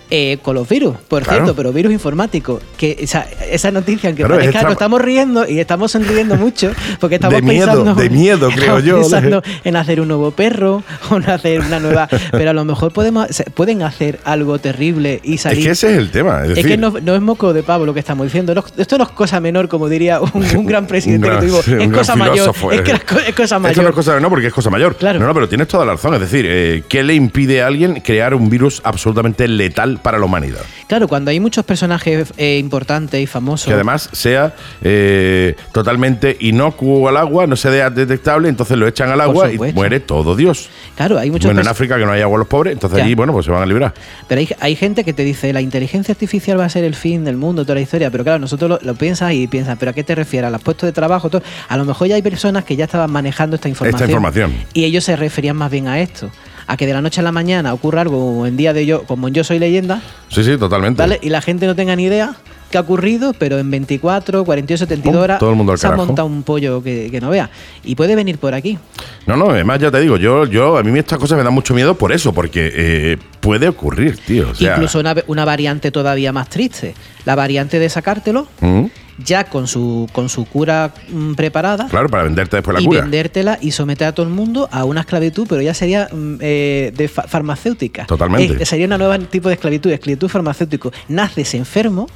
Speaker 3: Eh, con los virus, por
Speaker 2: Claro.
Speaker 3: cierto, pero virus informáticos. Que esa, esa noticia, aunque
Speaker 2: Claro, es
Speaker 3: parezca que
Speaker 2: extra-
Speaker 3: nos estamos riendo y estamos sonriendo mucho, porque estamos
Speaker 2: De miedo,
Speaker 3: pensando,
Speaker 2: de miedo, creo
Speaker 3: estamos
Speaker 2: yo.
Speaker 3: pensando en hacer un nuevo perro o en hacer una nueva. pero a lo mejor podemos, se- pueden hacer algo terrible y
Speaker 2: Es
Speaker 3: salir.
Speaker 2: que ese es el tema. Es,
Speaker 3: Es
Speaker 2: decir,
Speaker 3: que no, no es moco de pavo lo que estamos diciendo. No- esto no es cosa menor, como diría un, un gran presidente
Speaker 2: gran-
Speaker 3: que tuvimos.
Speaker 2: sí, un
Speaker 3: Es
Speaker 2: gran
Speaker 3: cosa mayor.
Speaker 2: filósofo,
Speaker 3: Es, que
Speaker 2: eh.
Speaker 3: las co- es cosa
Speaker 2: Esto no es
Speaker 3: mayor.
Speaker 2: cosa no, porque es cosa mayor.
Speaker 3: Claro.
Speaker 2: No, no, pero tienes toda la razón. Es decir, eh, ¿qué le impide a alguien crear un virus absolutamente letal para la humanidad?
Speaker 3: Claro, cuando hay muchos personajes eh, importantes y famosos.
Speaker 2: Que además sea eh, totalmente inocuo al agua, no sea detectable, entonces lo echan al
Speaker 3: Por
Speaker 2: agua y
Speaker 3: supuesto.
Speaker 2: muere todo Dios.
Speaker 3: claro, hay muchos
Speaker 2: bueno, en
Speaker 3: pers-
Speaker 2: África que no hay agua a los pobres, entonces
Speaker 3: Ya.
Speaker 2: allí, bueno, pues se van a librar.
Speaker 3: Pero hay, hay gente que te dice, la inteligencia artificial va a ser el fin del mundo, toda la historia. Pero claro, nosotros lo, lo piensas y piensas, ¿pero a qué te refieres? ¿A los puestos de trabajo? Todo? A lo mejor ya hay personas que ya estaban manejando esta información.
Speaker 2: información.
Speaker 3: Y ellos se referían más bien a esto. A que de la noche a la mañana ocurra algo como en día de yo, como en Yo Soy Leyenda,
Speaker 2: Sí, sí, totalmente.
Speaker 3: ¿vale? Y la gente no tenga ni idea qué ha ocurrido, pero en 24, 48, 72
Speaker 2: Pum,
Speaker 3: horas
Speaker 2: todo el mundo al
Speaker 3: se ha
Speaker 2: carajo.
Speaker 3: montado un pollo que, que no vea. Y puede venir por aquí.
Speaker 2: No, no, además ya te digo, yo, yo a mí estas cosas me dan mucho miedo por eso, porque eh, puede ocurrir, tío. o sea,
Speaker 3: Incluso una, una variante todavía más triste. La variante de sacártelo,
Speaker 2: ¿Mm?
Speaker 3: ya con su, con su cura mm, preparada.
Speaker 2: Claro, para venderte después la
Speaker 3: y
Speaker 2: cura.
Speaker 3: vendértela y someter a todo el mundo a una esclavitud, pero ya sería mm, eh, de fa- farmacéutica.
Speaker 2: Totalmente.
Speaker 3: Eh, sería un nuevo tipo de esclavitud, esclavitud farmacéutico. Naces enfermo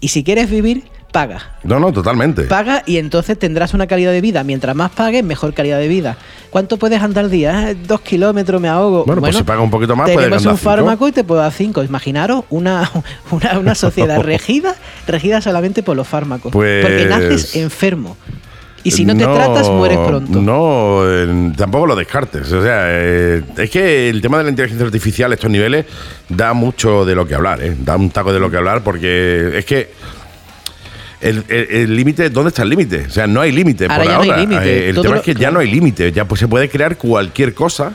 Speaker 3: y si quieres vivir, pagas.
Speaker 2: No, no, totalmente.
Speaker 3: Paga y entonces tendrás una calidad de vida. Mientras más pagues, mejor calidad de vida. ¿Cuánto puedes andar al día? Ah, Dos kilómetros me ahogo.
Speaker 2: Bueno, pues si paga un poquito más, puedes
Speaker 3: tenemos
Speaker 2: andar
Speaker 3: un
Speaker 2: cinco.
Speaker 3: fármaco y te puedo dar cinco. Imaginaros una, una, una sociedad regida, regida solamente por los fármacos.
Speaker 2: Pues-
Speaker 3: Porque naces enfermo. Y si no te tratas, mueres pronto.
Speaker 2: No, eh, tampoco lo descartes. O sea, eh, es que el tema de la inteligencia artificial a estos niveles da mucho de lo que hablar, ¿eh? Da un taco de lo que hablar porque es que. El el- el límite, ¿dónde está el límite? O sea, no hay límite
Speaker 3: Ahora
Speaker 2: por
Speaker 3: ya no hay
Speaker 2: ahora.
Speaker 3: límite.
Speaker 2: Eh, el
Speaker 3: Todo
Speaker 2: tema
Speaker 3: lo-
Speaker 2: es que ya no hay límite. Ya pues, se puede crear cualquier cosa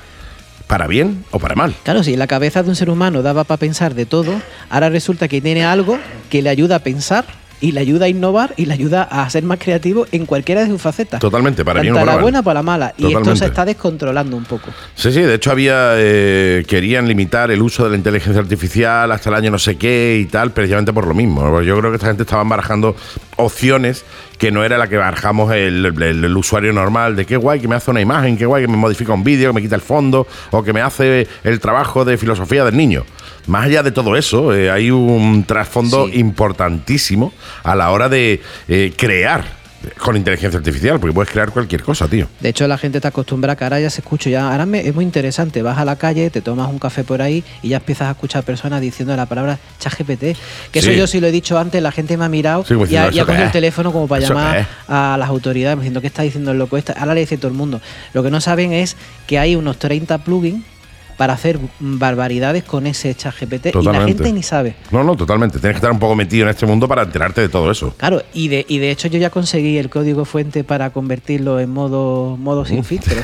Speaker 2: para bien o para mal.
Speaker 3: Claro, si la cabeza de un ser humano daba para pensar de todo, ahora resulta que tiene algo que le ayuda a pensar y le ayuda a innovar y le ayuda a ser más creativo en cualquiera de sus facetas.
Speaker 2: Totalmente, para bien
Speaker 3: Tanto
Speaker 2: o
Speaker 3: a
Speaker 2: para
Speaker 3: la
Speaker 2: mal.
Speaker 3: buena para la mala. Y esto
Speaker 2: Totalmente.
Speaker 3: se está descontrolando un poco.
Speaker 2: Sí, sí, de hecho había eh, querían limitar el uso de la inteligencia artificial hasta el año no sé qué y tal, precisamente por lo mismo. Yo creo que esta gente estaban barajando opciones que no era la que barajamos el, el- el usuario normal, de qué guay que me hace una imagen, qué guay que me modifica un vídeo, que me quita el fondo o que me hace el trabajo de filosofía del niño. Más allá de todo eso, eh, hay un trasfondo
Speaker 3: Sí.
Speaker 2: importantísimo a la hora de eh, crear con inteligencia artificial, porque puedes crear cualquier cosa, tío.
Speaker 3: De hecho, la gente está acostumbrada que ahora ya se escucha. Ya, ahora me- es muy interesante. Vas a la calle, te tomas un café por ahí y ya empiezas a escuchar personas diciendo la palabra ChatGPT. Que eso
Speaker 2: Sí.
Speaker 3: yo sí lo he dicho antes, la gente me ha mirado
Speaker 2: Sí, como
Speaker 3: y
Speaker 2: diciendo,
Speaker 3: ha, y
Speaker 2: ¿eso
Speaker 3: ha cogido
Speaker 2: qué
Speaker 3: el
Speaker 2: es?
Speaker 3: teléfono como para
Speaker 2: ¿Eso qué
Speaker 3: llamar
Speaker 2: es?
Speaker 3: a las autoridades diciendo qué está diciendo el loco este. Ahora le dice todo el mundo. Lo que no saben es que hay unos 30 plugins para hacer barbaridades con ese ChatGPT y la
Speaker 2: Totalmente.
Speaker 3: gente ni sabe.
Speaker 2: No, no, totalmente. Tienes que estar un poco metido en este mundo para enterarte de todo eso.
Speaker 3: Claro, y de, y de hecho yo ya conseguí el código fuente para convertirlo en modo, modo sin filtro.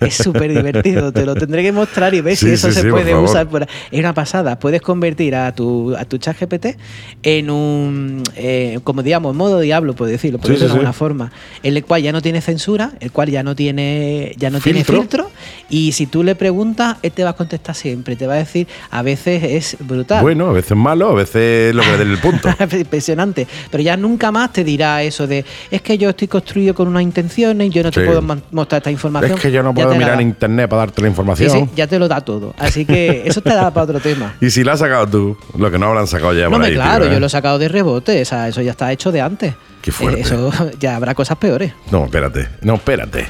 Speaker 3: Es súper divertido, te lo tendré que mostrar y ver
Speaker 2: Sí,
Speaker 3: si eso
Speaker 2: sí,
Speaker 3: se
Speaker 2: sí, por
Speaker 3: puede
Speaker 2: favor.
Speaker 3: usar. Por... Es una pasada, puedes convertir a tu, a tu chat GPT en un, eh, como digamos, modo diablo, por decirlo, por
Speaker 2: Sí,
Speaker 3: decirlo
Speaker 2: sí,
Speaker 3: de alguna
Speaker 2: sí.
Speaker 3: forma, el cual ya no tiene censura, el cual ya no tiene, ya no
Speaker 2: Filtro.
Speaker 3: tiene filtro, y si tú le preguntas, él te va a contestar siempre, te va a decir, a veces es brutal.
Speaker 2: Bueno, a veces malo, a veces lo que le den el punto.
Speaker 3: Impresionante. Pero ya nunca más te dirá eso de es que yo estoy construido con unas intenciones, yo no te
Speaker 2: Sí.
Speaker 3: puedo man- mostrar esta información.
Speaker 2: es que yo no
Speaker 3: Ya
Speaker 2: puedo
Speaker 3: te la
Speaker 2: mirar
Speaker 3: da.
Speaker 2: en internet para darte la
Speaker 3: Sí,
Speaker 2: información.
Speaker 3: sí, ya te lo da todo. Así que eso te da para otro tema.
Speaker 2: Y si la has sacado tú, lo que no habrán sacado ya
Speaker 3: No,
Speaker 2: por
Speaker 3: me
Speaker 2: ahí, tío,
Speaker 3: claro,
Speaker 2: ¿eh?
Speaker 3: yo lo he sacado de rebote. O sea, eso ya está hecho de antes.
Speaker 2: Qué fuerte.
Speaker 3: Eh, Eso ya habrá cosas peores.
Speaker 2: No, espérate. No, espérate.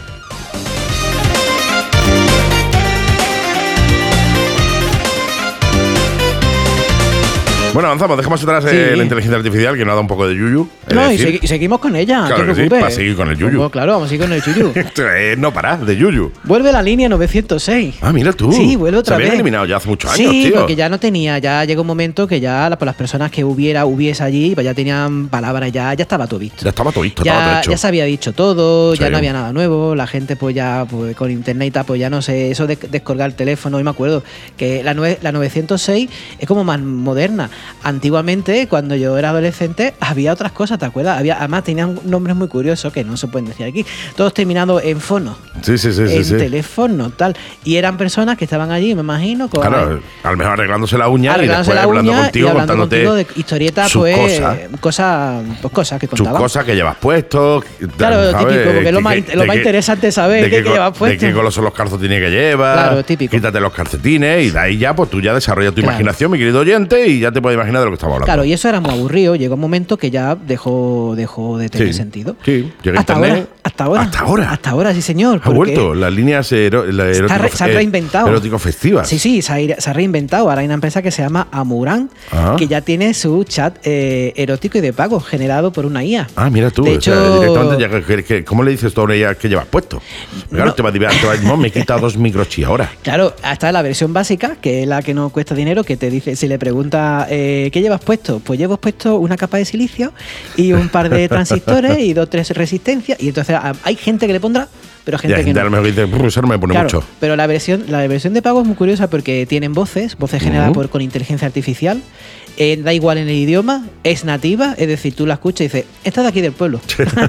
Speaker 2: Bueno, avanzamos. Dejamos atrás
Speaker 3: Sí.
Speaker 2: eh, la inteligencia artificial que nos ha dado un poco de yuyu. es
Speaker 3: No, y,
Speaker 2: decir,
Speaker 3: segui- y seguimos con ella. no
Speaker 2: Claro
Speaker 3: te
Speaker 2: que sí,
Speaker 3: preocupes.
Speaker 2: para seguir con el yuyu.
Speaker 3: Pues claro, vamos a seguir con el yuyu.
Speaker 2: eh, no parar de yuyu.
Speaker 3: Vuelve la línea 906.
Speaker 2: Ah, mira tú.
Speaker 3: Sí, vuelve otra
Speaker 2: Se habían
Speaker 3: vez.
Speaker 2: eliminado ya hace muchos años,
Speaker 3: sí,
Speaker 2: tío.
Speaker 3: porque ya no tenía, ya llegó un momento que ya la- pues, las personas que hubiera, hubiese allí, pues ya tenían palabras, ya, ya estaba todo visto.
Speaker 2: Ya estaba todo listo, estaba todo
Speaker 3: Ya,
Speaker 2: hecho.
Speaker 3: ya se había dicho todo,
Speaker 2: Sí.
Speaker 3: ya no había nada nuevo, la gente pues ya pues, con internet y tal, pues ya no sé, eso de descolgar el teléfono, yo me acuerdo que la, nue- la 906 es como más moderna. Antiguamente, cuando yo era adolescente, había otras cosas, ¿te acuerdas? Había, además tenían nombres muy curiosos que no se pueden decir aquí, todos terminados en fono
Speaker 2: Sí, sí, sí, sí.
Speaker 3: en
Speaker 2: sí.
Speaker 3: teléfono, tal. Y eran personas que estaban allí, me imagino, con
Speaker 2: Claro, a lo mejor arreglándose la uña
Speaker 3: ¿eh? arreglándose
Speaker 2: y después
Speaker 3: la
Speaker 2: hablando
Speaker 3: uña
Speaker 2: contigo,
Speaker 3: y hablando
Speaker 2: contándote
Speaker 3: contigo de historietas,
Speaker 2: sus
Speaker 3: pues,
Speaker 2: cosas.
Speaker 3: eh, cosas, pues cosas que
Speaker 2: tus
Speaker 3: contaban.
Speaker 2: cosas que llevas puesto.
Speaker 3: Claro, lo típico, porque es lo más- lo más interesante es saber qué
Speaker 2: que
Speaker 3: que llevas
Speaker 2: De qué
Speaker 3: puesto.
Speaker 2: color son los calcetines que llevas.
Speaker 3: Claro, típico.
Speaker 2: Quítate los calcetines y de ahí ya, pues tú ya desarrollas tu
Speaker 3: Claro.
Speaker 2: imaginación, mi querido oyente, y ya te puedes imaginar de lo que estamos hablando.
Speaker 3: Claro, y eso era muy aburrido. Llegó un momento que ya dejó, dejó de tener
Speaker 2: Sí,
Speaker 3: sentido.
Speaker 2: sí. Llega
Speaker 3: hasta
Speaker 2: internet.
Speaker 3: ahora, hasta ahora.
Speaker 2: Hasta ahora.
Speaker 3: Hasta ahora, sí, señor.
Speaker 2: Ha
Speaker 3: porque-
Speaker 2: vuelto las líneas ero, la
Speaker 3: Está
Speaker 2: erótico-
Speaker 3: re- se ha
Speaker 2: eh,
Speaker 3: reinventado.
Speaker 2: Erótico festivas.
Speaker 3: Sí, sí, se ha, ir- se ha reinventado. Ahora hay una empresa que se llama Amurán,
Speaker 2: Ajá.
Speaker 3: que ya tiene su chat eh, erótico y de pago generado por una IA.
Speaker 2: Ah, mira tú,
Speaker 3: De
Speaker 2: o sea,
Speaker 3: hecho-
Speaker 2: directamente ya, que- que- ¿cómo le dices tú a una IA que llevas puesto? Claro,
Speaker 3: No.
Speaker 2: te va a decir, no, me he quitado dos microchips ahora.
Speaker 3: Claro, hasta la versión básica, que es la que no cuesta dinero, que te dice, si le pregunta eh, ¿qué llevas puesto? Pues llevo puesto una capa de silicio y un par de transistores y dos, tres resistencias. Y entonces ah, hay gente que le pondrá, pero
Speaker 2: Y
Speaker 3: gente
Speaker 2: la
Speaker 3: que
Speaker 2: gente
Speaker 3: no.
Speaker 2: a lo mejor dice, "Brr, eso no me pone
Speaker 3: Claro,
Speaker 2: mucho.
Speaker 3: pero la versión, la versión de pago es muy curiosa porque tienen voces, voces generadas
Speaker 2: Ujú.
Speaker 3: por, con inteligencia artificial, eh, da igual en el idioma, es nativa, es decir, tú la escuchas y dices, esta de aquí del pueblo,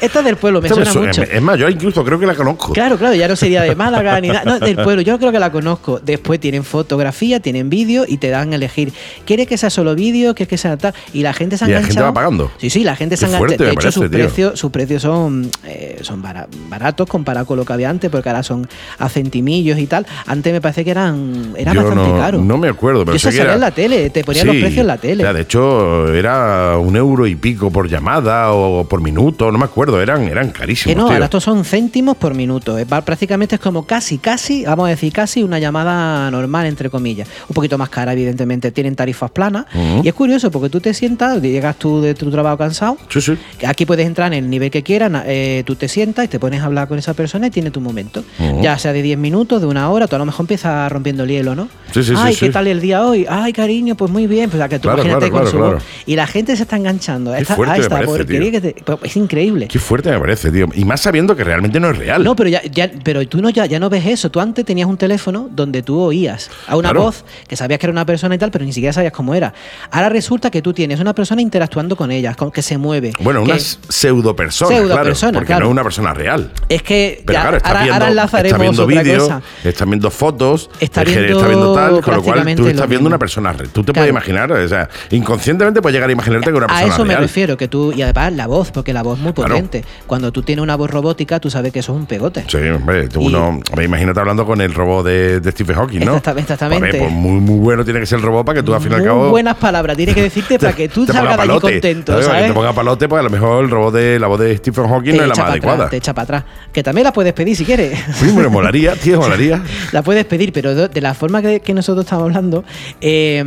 Speaker 3: esta es del pueblo, me
Speaker 2: Esto me
Speaker 3: suena
Speaker 2: suena-
Speaker 3: mucho.
Speaker 2: Es más, yo incluso creo que la conozco.
Speaker 3: Claro, claro, ya no sería de Málaga ni nada. No, del pueblo, yo creo que la conozco. Después tienen fotografía, tienen vídeo y te dan a elegir. ¿Quieres que sea solo vídeo? ¿Quieres que sea tal? Y la gente se ha
Speaker 2: Y la
Speaker 3: enganchado.
Speaker 2: gente va pagando.
Speaker 3: Sí, sí, la gente
Speaker 2: Qué
Speaker 3: se ha enganchado.
Speaker 2: fuerte
Speaker 3: De
Speaker 2: me
Speaker 3: hecho,
Speaker 2: parece,
Speaker 3: sus,
Speaker 2: tío.
Speaker 3: precios, sus precios son, eh, son bara- baratos comparado con lo que había antes, porque ahora son a centimillos y tal. Antes me parece que eran, eran
Speaker 2: Yo
Speaker 3: bastante
Speaker 2: no-
Speaker 3: caros.
Speaker 2: no me acuerdo, pero
Speaker 3: Yo
Speaker 2: sé
Speaker 3: se
Speaker 2: que
Speaker 3: sabía
Speaker 2: era-
Speaker 3: en la tele, te ponían los
Speaker 2: Sí,
Speaker 3: precios en la tele.
Speaker 2: o sea, de hecho, era un euro y pico por llamada o por minuto, no me acuerdo, eran, eran carísimos.
Speaker 3: Que no,
Speaker 2: tío.
Speaker 3: ahora estos son céntimos por minuto. Es, va- prácticamente es como casi, casi, vamos a decir casi, una llamada normal, entre comillas. Un poquito más cara, evidentemente. Tienen tarifas planas. Y es curioso porque tú te sientas, llegas tú de tu trabajo cansado.
Speaker 2: Sí, sí.
Speaker 3: que Aquí puedes entrar en el nivel que quieras, na- eh, tú te sientas y te pones a hablar con esa persona y tiene tu momento.
Speaker 2: Ujú.
Speaker 3: Ya sea de 10 minutos, de una hora, tú a lo mejor empiezas rompiendo el hielo, ¿no?
Speaker 2: Sí, sí, sí,
Speaker 3: Ay, ¿qué
Speaker 2: sí.
Speaker 3: tal el día hoy? Ay, cariño, pues muy bien. Pues a que tú
Speaker 2: Claro,
Speaker 3: imagínate
Speaker 2: claro,
Speaker 3: con
Speaker 2: claro,
Speaker 3: su
Speaker 2: claro.
Speaker 3: voz. Y la gente se está enganchando a
Speaker 2: Qué
Speaker 3: esta,
Speaker 2: fuerte
Speaker 3: a
Speaker 2: me
Speaker 3: esta
Speaker 2: parece,
Speaker 3: porquería que te- pues, es increíble.
Speaker 2: Qué fuerte me parece, tío. Y más sabiendo que realmente no es real.
Speaker 3: No, pero ya, ya- pero tú no ya, ya no ves eso. Tú antes tenías un teléfono donde tú oías a una
Speaker 2: Claro.
Speaker 3: voz que sabías que era una persona y tal, pero ni siquiera sabías cómo era. Ahora resulta que tú tienes una persona interactuando con ella, con, que se mueve.
Speaker 2: bueno,
Speaker 3: que-
Speaker 2: una pseudo persona,
Speaker 3: Pseudopersona,
Speaker 2: claro, porque
Speaker 3: claro.
Speaker 2: no es una persona real.
Speaker 3: es que
Speaker 2: Pero
Speaker 3: ya,
Speaker 2: claro, está
Speaker 3: ahora,
Speaker 2: viendo, está
Speaker 3: ahora enlazaremos
Speaker 2: viendo
Speaker 3: otra
Speaker 2: vídeos,
Speaker 3: cosa.
Speaker 2: está viendo fotos,
Speaker 3: Está
Speaker 2: el género
Speaker 3: viendo
Speaker 2: está viendo tal, con lo cual
Speaker 3: prácticamente
Speaker 2: tú
Speaker 3: lo
Speaker 2: estás viendo
Speaker 3: mismo.
Speaker 2: una persona real. Tú te
Speaker 3: Claro.
Speaker 2: puedes imaginar, o sea, inconscientemente puedes llegar a imaginarte que una
Speaker 3: A
Speaker 2: persona
Speaker 3: eso me
Speaker 2: real.
Speaker 3: refiero, que tú, y además la voz, porque la voz es muy
Speaker 2: Claro.
Speaker 3: potente. Cuando tú tienes una voz robótica, tú sabes que eso es un pegote.
Speaker 2: Sí, hombre, tú
Speaker 3: Y-
Speaker 2: no. hombre, imagínate hablando con el robot de, de Stephen Hawking, ¿no?
Speaker 3: Exacta- exactamente.
Speaker 2: A ver, pues muy, muy bueno tiene que ser el robot para que tú al fin y al
Speaker 3: Muy
Speaker 2: cabo.
Speaker 3: buenas palabras, tiene que decirte para que tú
Speaker 2: te ponga
Speaker 3: salgas de allí
Speaker 2: palote,
Speaker 3: contento,
Speaker 2: ¿sabes? Para que
Speaker 3: ¿sabes?
Speaker 2: te ponga palote, pues a lo mejor el robot de la voz de Stephen Hawking no es la
Speaker 3: echa
Speaker 2: más
Speaker 3: para atrás,
Speaker 2: adecuada.
Speaker 3: te echa para atrás. Que también la puedes pedir si quieres.
Speaker 2: Sí, me molaría, tío, molaría.
Speaker 3: La puedes pedir, pero de, de la forma que, que nosotros estamos hablando, eh,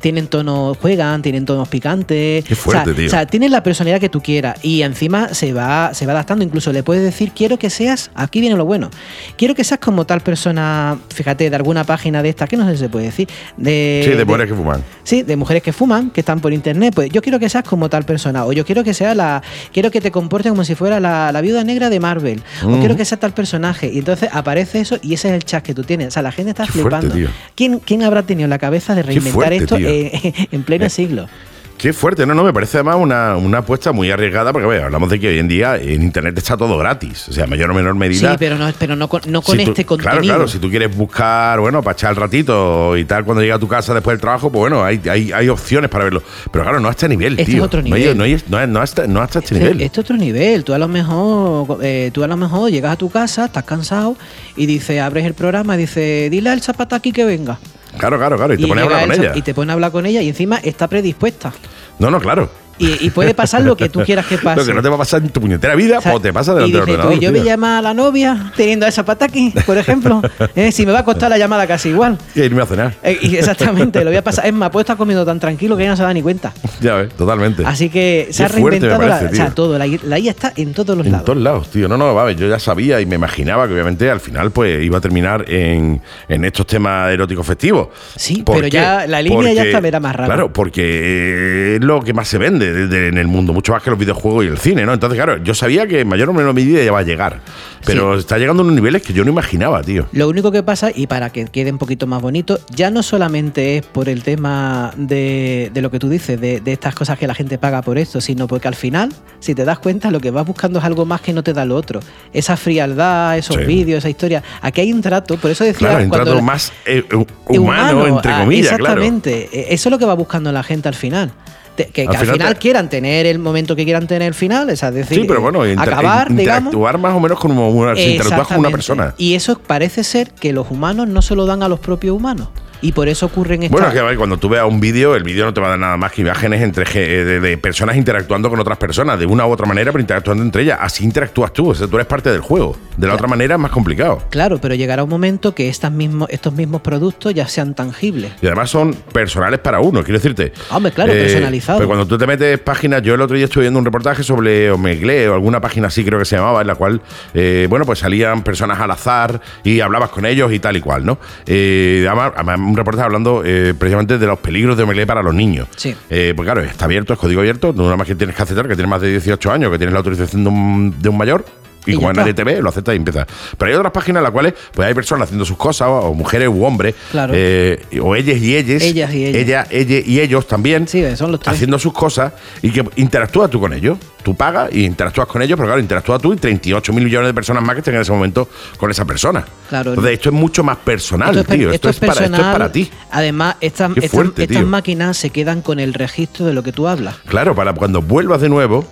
Speaker 3: tienen tonos, juegan, tienen tonos picantes.
Speaker 2: Qué fuerte,
Speaker 3: o sea,
Speaker 2: tío.
Speaker 3: o sea, tienen la personalidad que tú quieras y encima se va, se va adaptando. Incluso le puedes decir, quiero que seas, aquí viene lo bueno, quiero que seas como tal persona, fíjate, de alguna página de esta, que no sé si se puede decir. De,
Speaker 2: sí, de
Speaker 3: Eh, de-
Speaker 2: poner que fuman.
Speaker 3: Sí, de mujeres que fuman, que están por internet, pues yo quiero que seas como tal persona, o yo quiero que sea la, quiero que te comportes como si fuera la, la viuda negra de Marvel, o quiero que sea tal personaje. Y entonces aparece eso y ese es el chat que tú tienes. O sea, la gente está
Speaker 2: Qué fuerte,
Speaker 3: flipando.
Speaker 2: tío.
Speaker 3: ¿Quién, ¿Quién habrá tenido la cabeza de reinventar
Speaker 2: fuerte,
Speaker 3: esto
Speaker 2: tío.
Speaker 3: eh, en pleno siglo?
Speaker 2: Qué fuerte, no, no, me parece además una, una apuesta muy arriesgada, porque a ver, hablamos de que hoy en día en Internet está todo gratis, o sea, mayor o menor medida.
Speaker 3: Sí, pero no, pero no con, no con
Speaker 2: Si tú-
Speaker 3: este contenido.
Speaker 2: Claro, claro, si tú quieres buscar, bueno, para echar el ratito y tal, cuando llega a tu casa después del trabajo, pues bueno, hay, hay, hay opciones para verlo. Pero claro, no hasta este nivel,
Speaker 3: Este
Speaker 2: tío.
Speaker 3: es otro
Speaker 2: No hay-
Speaker 3: nivel.
Speaker 2: No, hay- no hay- no hasta, no hasta este
Speaker 3: Este-
Speaker 2: nivel.
Speaker 3: Este es otro nivel. Tú a lo mejor, eh, tú a lo mejor llegas a tu casa, estás cansado y dices, abres el programa, dice, dile al zapata aquí que venga.
Speaker 2: Claro, claro, claro. Y, te pones a
Speaker 3: llega
Speaker 2: hablar
Speaker 3: el
Speaker 2: con
Speaker 3: zap-
Speaker 2: ella.
Speaker 3: Y te pone a hablar con ella y encima está predispuesta.
Speaker 2: No, no, claro.
Speaker 3: Y, y puede pasar lo que tú quieras que pase.
Speaker 2: Lo que no te va a pasar en tu puñetera vida,
Speaker 3: O sea,
Speaker 2: pues te pasa
Speaker 3: y
Speaker 2: delante del
Speaker 3: dices tú,
Speaker 2: ordenador.
Speaker 3: yo voy a
Speaker 2: tío.
Speaker 3: llamar a la novia teniendo a esa pataki, por ejemplo. Eh, si me va a costar la llamada casi igual.
Speaker 2: Y irme a cenar.
Speaker 3: Eh, y exactamente, lo voy a pasar. Es más, puedo estar comiendo tan tranquilo que ella no se da ni cuenta.
Speaker 2: Ya ves, totalmente.
Speaker 3: Así que se
Speaker 2: Qué
Speaker 3: ha
Speaker 2: fuerte me
Speaker 3: reinventado
Speaker 2: parece,
Speaker 3: la, o sea,
Speaker 2: tío.
Speaker 3: todo. La, I- la IA está en todos los
Speaker 2: en
Speaker 3: lados.
Speaker 2: todos lados, tío. No, no, va a ver, yo ya sabía y me imaginaba que obviamente al final pues iba a terminar en, en estos temas eróticos festivos.
Speaker 3: Sí,
Speaker 2: ¿Por
Speaker 3: pero ya la línea ya está, era más rara.
Speaker 2: Claro, porque es lo que más se vende de- de- en el mundo, mucho más que los videojuegos y el cine, ¿no? Entonces, claro, yo sabía que en mayor o menor medida ya va a llegar, pero está llegando a unos niveles que yo no imaginaba, tío.
Speaker 3: Lo único que pasa, y para que quede un poquito más bonito, ya no solamente es por el tema de, de lo que tú dices, de, de estas cosas que la gente paga por esto, sino porque al final, si te das cuenta, lo que vas buscando es algo más que no te da lo otro. Esa frialdad, esos
Speaker 2: Sí.
Speaker 3: vídeos, esa historia. Aquí hay un trato, por eso decía...
Speaker 2: Claro, hay un
Speaker 3: cuando
Speaker 2: trato
Speaker 3: la-
Speaker 2: más eh, hu- humano, entre
Speaker 3: ah,
Speaker 2: comillas, claro.
Speaker 3: exactamente. E- Eso es lo que va buscando la gente al final. Te- que, que
Speaker 2: Al
Speaker 3: al
Speaker 2: final
Speaker 3: final,
Speaker 2: te-
Speaker 3: quieran tener el momento que quieran tener el final, o sea, es decir,
Speaker 2: Sí, pero bueno,
Speaker 3: eh,
Speaker 2: inter-
Speaker 3: acabar, digamos.
Speaker 2: interactuar más o menos con una, si interactúas con una
Speaker 3: Exactamente.
Speaker 2: persona.
Speaker 3: Y eso parece ser que los humanos no se lo dan a los propios humanos. Y por eso ocurren estas.
Speaker 2: Bueno, es que a ver, cuando tú veas un vídeo, el vídeo no te va a dar nada más que imágenes entre ge- eh, de, de personas interactuando con otras personas, de una u otra manera, pero interactuando entre ellas. Así interactúas tú, o sea, tú eres parte del juego. De la otra manera es más complicado.
Speaker 3: Claro, pero llegará un momento que estas mismo- estos mismos productos ya sean tangibles.
Speaker 2: Y además son personales para uno, quiero decirte.
Speaker 3: Hombre, claro, personalizado.
Speaker 2: Pero cuando tú te metes páginas, yo el otro día estuve viendo un reportaje sobre Omegle o alguna página así creo que se llamaba, en la cual, eh, bueno, pues salían personas al azar y hablabas con ellos y tal y cual, ¿no? Eh, además, además, un reportaje hablando eh, precisamente de los peligros de Omegle para los niños.
Speaker 3: Sí.
Speaker 2: Eh, pues claro, está abierto, es código abierto, no nada más que tienes que aceptar que tienes más de 18 años, que tienes la autorización de un, de un mayor. Y,
Speaker 3: Y ya
Speaker 2: como
Speaker 3: está.
Speaker 2: nadie te ve, lo aceptas y empiezas. Pero hay otras páginas en las cuales pues hay personas haciendo sus cosas, o, o mujeres u hombres,
Speaker 3: Claro.
Speaker 2: eh, o ellas y ellas,
Speaker 3: Ellas y ellas.
Speaker 2: ella, ella y ellos también,
Speaker 3: Sí, son los tres.
Speaker 2: haciendo sus cosas y que interactúas tú con ellos. Tú pagas y interactúas con ellos, pero claro, interactúas tú y 38 mil millones de personas más que estén en ese momento con esa persona.
Speaker 3: Claro.
Speaker 2: Entonces, esto es mucho más personal,
Speaker 3: per-
Speaker 2: tío. Esto, es para, esto es
Speaker 3: personal.
Speaker 2: para ti.
Speaker 3: Además, estas,
Speaker 2: Qué
Speaker 3: estas-
Speaker 2: fuerte,
Speaker 3: estas
Speaker 2: tío.
Speaker 3: máquinas se quedan con el registro de lo que tú hablas.
Speaker 2: Claro, para cuando vuelvas de nuevo.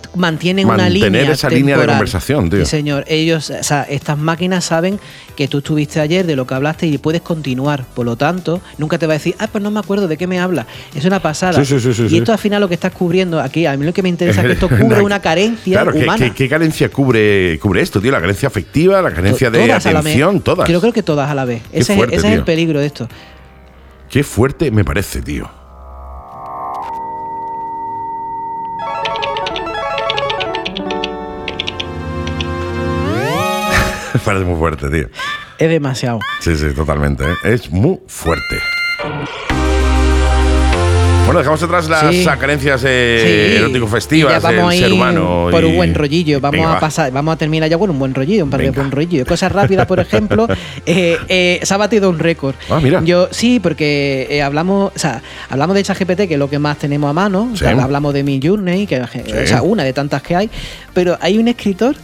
Speaker 2: Mantener
Speaker 3: mantienen una línea
Speaker 2: esa línea de
Speaker 3: temporal.
Speaker 2: conversación, tío.
Speaker 3: Sí, señor. Ellos, o sea, estas máquinas saben que tú estuviste ayer, de lo que hablaste y puedes continuar. Por lo tanto, nunca te va a decir, ah, pues no me acuerdo de qué me habla. Es una pasada.
Speaker 2: Sí, sí, sí, sí,
Speaker 3: y
Speaker 2: sí.
Speaker 3: esto al final lo que estás cubriendo aquí, a mí lo que me interesa es que esto cubre una carencia
Speaker 2: Claro, ¿qué-
Speaker 3: humana.
Speaker 2: ¿qué, qué carencia cubre, cubre esto, tío? La carencia afectiva, la carencia de
Speaker 3: Todas a la vez.
Speaker 2: atención, todas.
Speaker 3: Yo creo que todas a la vez. Ese, es-
Speaker 2: fuerte,
Speaker 3: ese es
Speaker 2: tío.
Speaker 3: el peligro de esto.
Speaker 2: Qué fuerte me parece, tío. parece muy fuerte, tío.
Speaker 3: Es demasiado.
Speaker 2: Sí, sí, totalmente. ¿eh? Es muy fuerte. Bueno, dejamos atrás las
Speaker 3: Sí.
Speaker 2: carencias
Speaker 3: Sí.
Speaker 2: erótico
Speaker 3: Y ya
Speaker 2: festivas del
Speaker 3: vamos a ir
Speaker 2: ser humano.
Speaker 3: Por un
Speaker 2: y-
Speaker 3: buen rollillo. Vamos
Speaker 2: Venga,
Speaker 3: a
Speaker 2: va.
Speaker 3: pasar, vamos a terminar ya con un buen rollillo, un par de
Speaker 2: Venga.
Speaker 3: buen rollillo. Cosas rápidas, por ejemplo, eh, eh, se ha batido un récord.
Speaker 2: Ah, mira.
Speaker 3: Yo, sí, porque eh, hablamos, o sea, hablamos de ChatGPT, que es lo que más tenemos a mano. o sea,
Speaker 2: Sí.
Speaker 3: hablamos de Mi Journey, que eh,
Speaker 2: Sí.
Speaker 3: o sea, una de tantas que hay. Pero hay un escritor,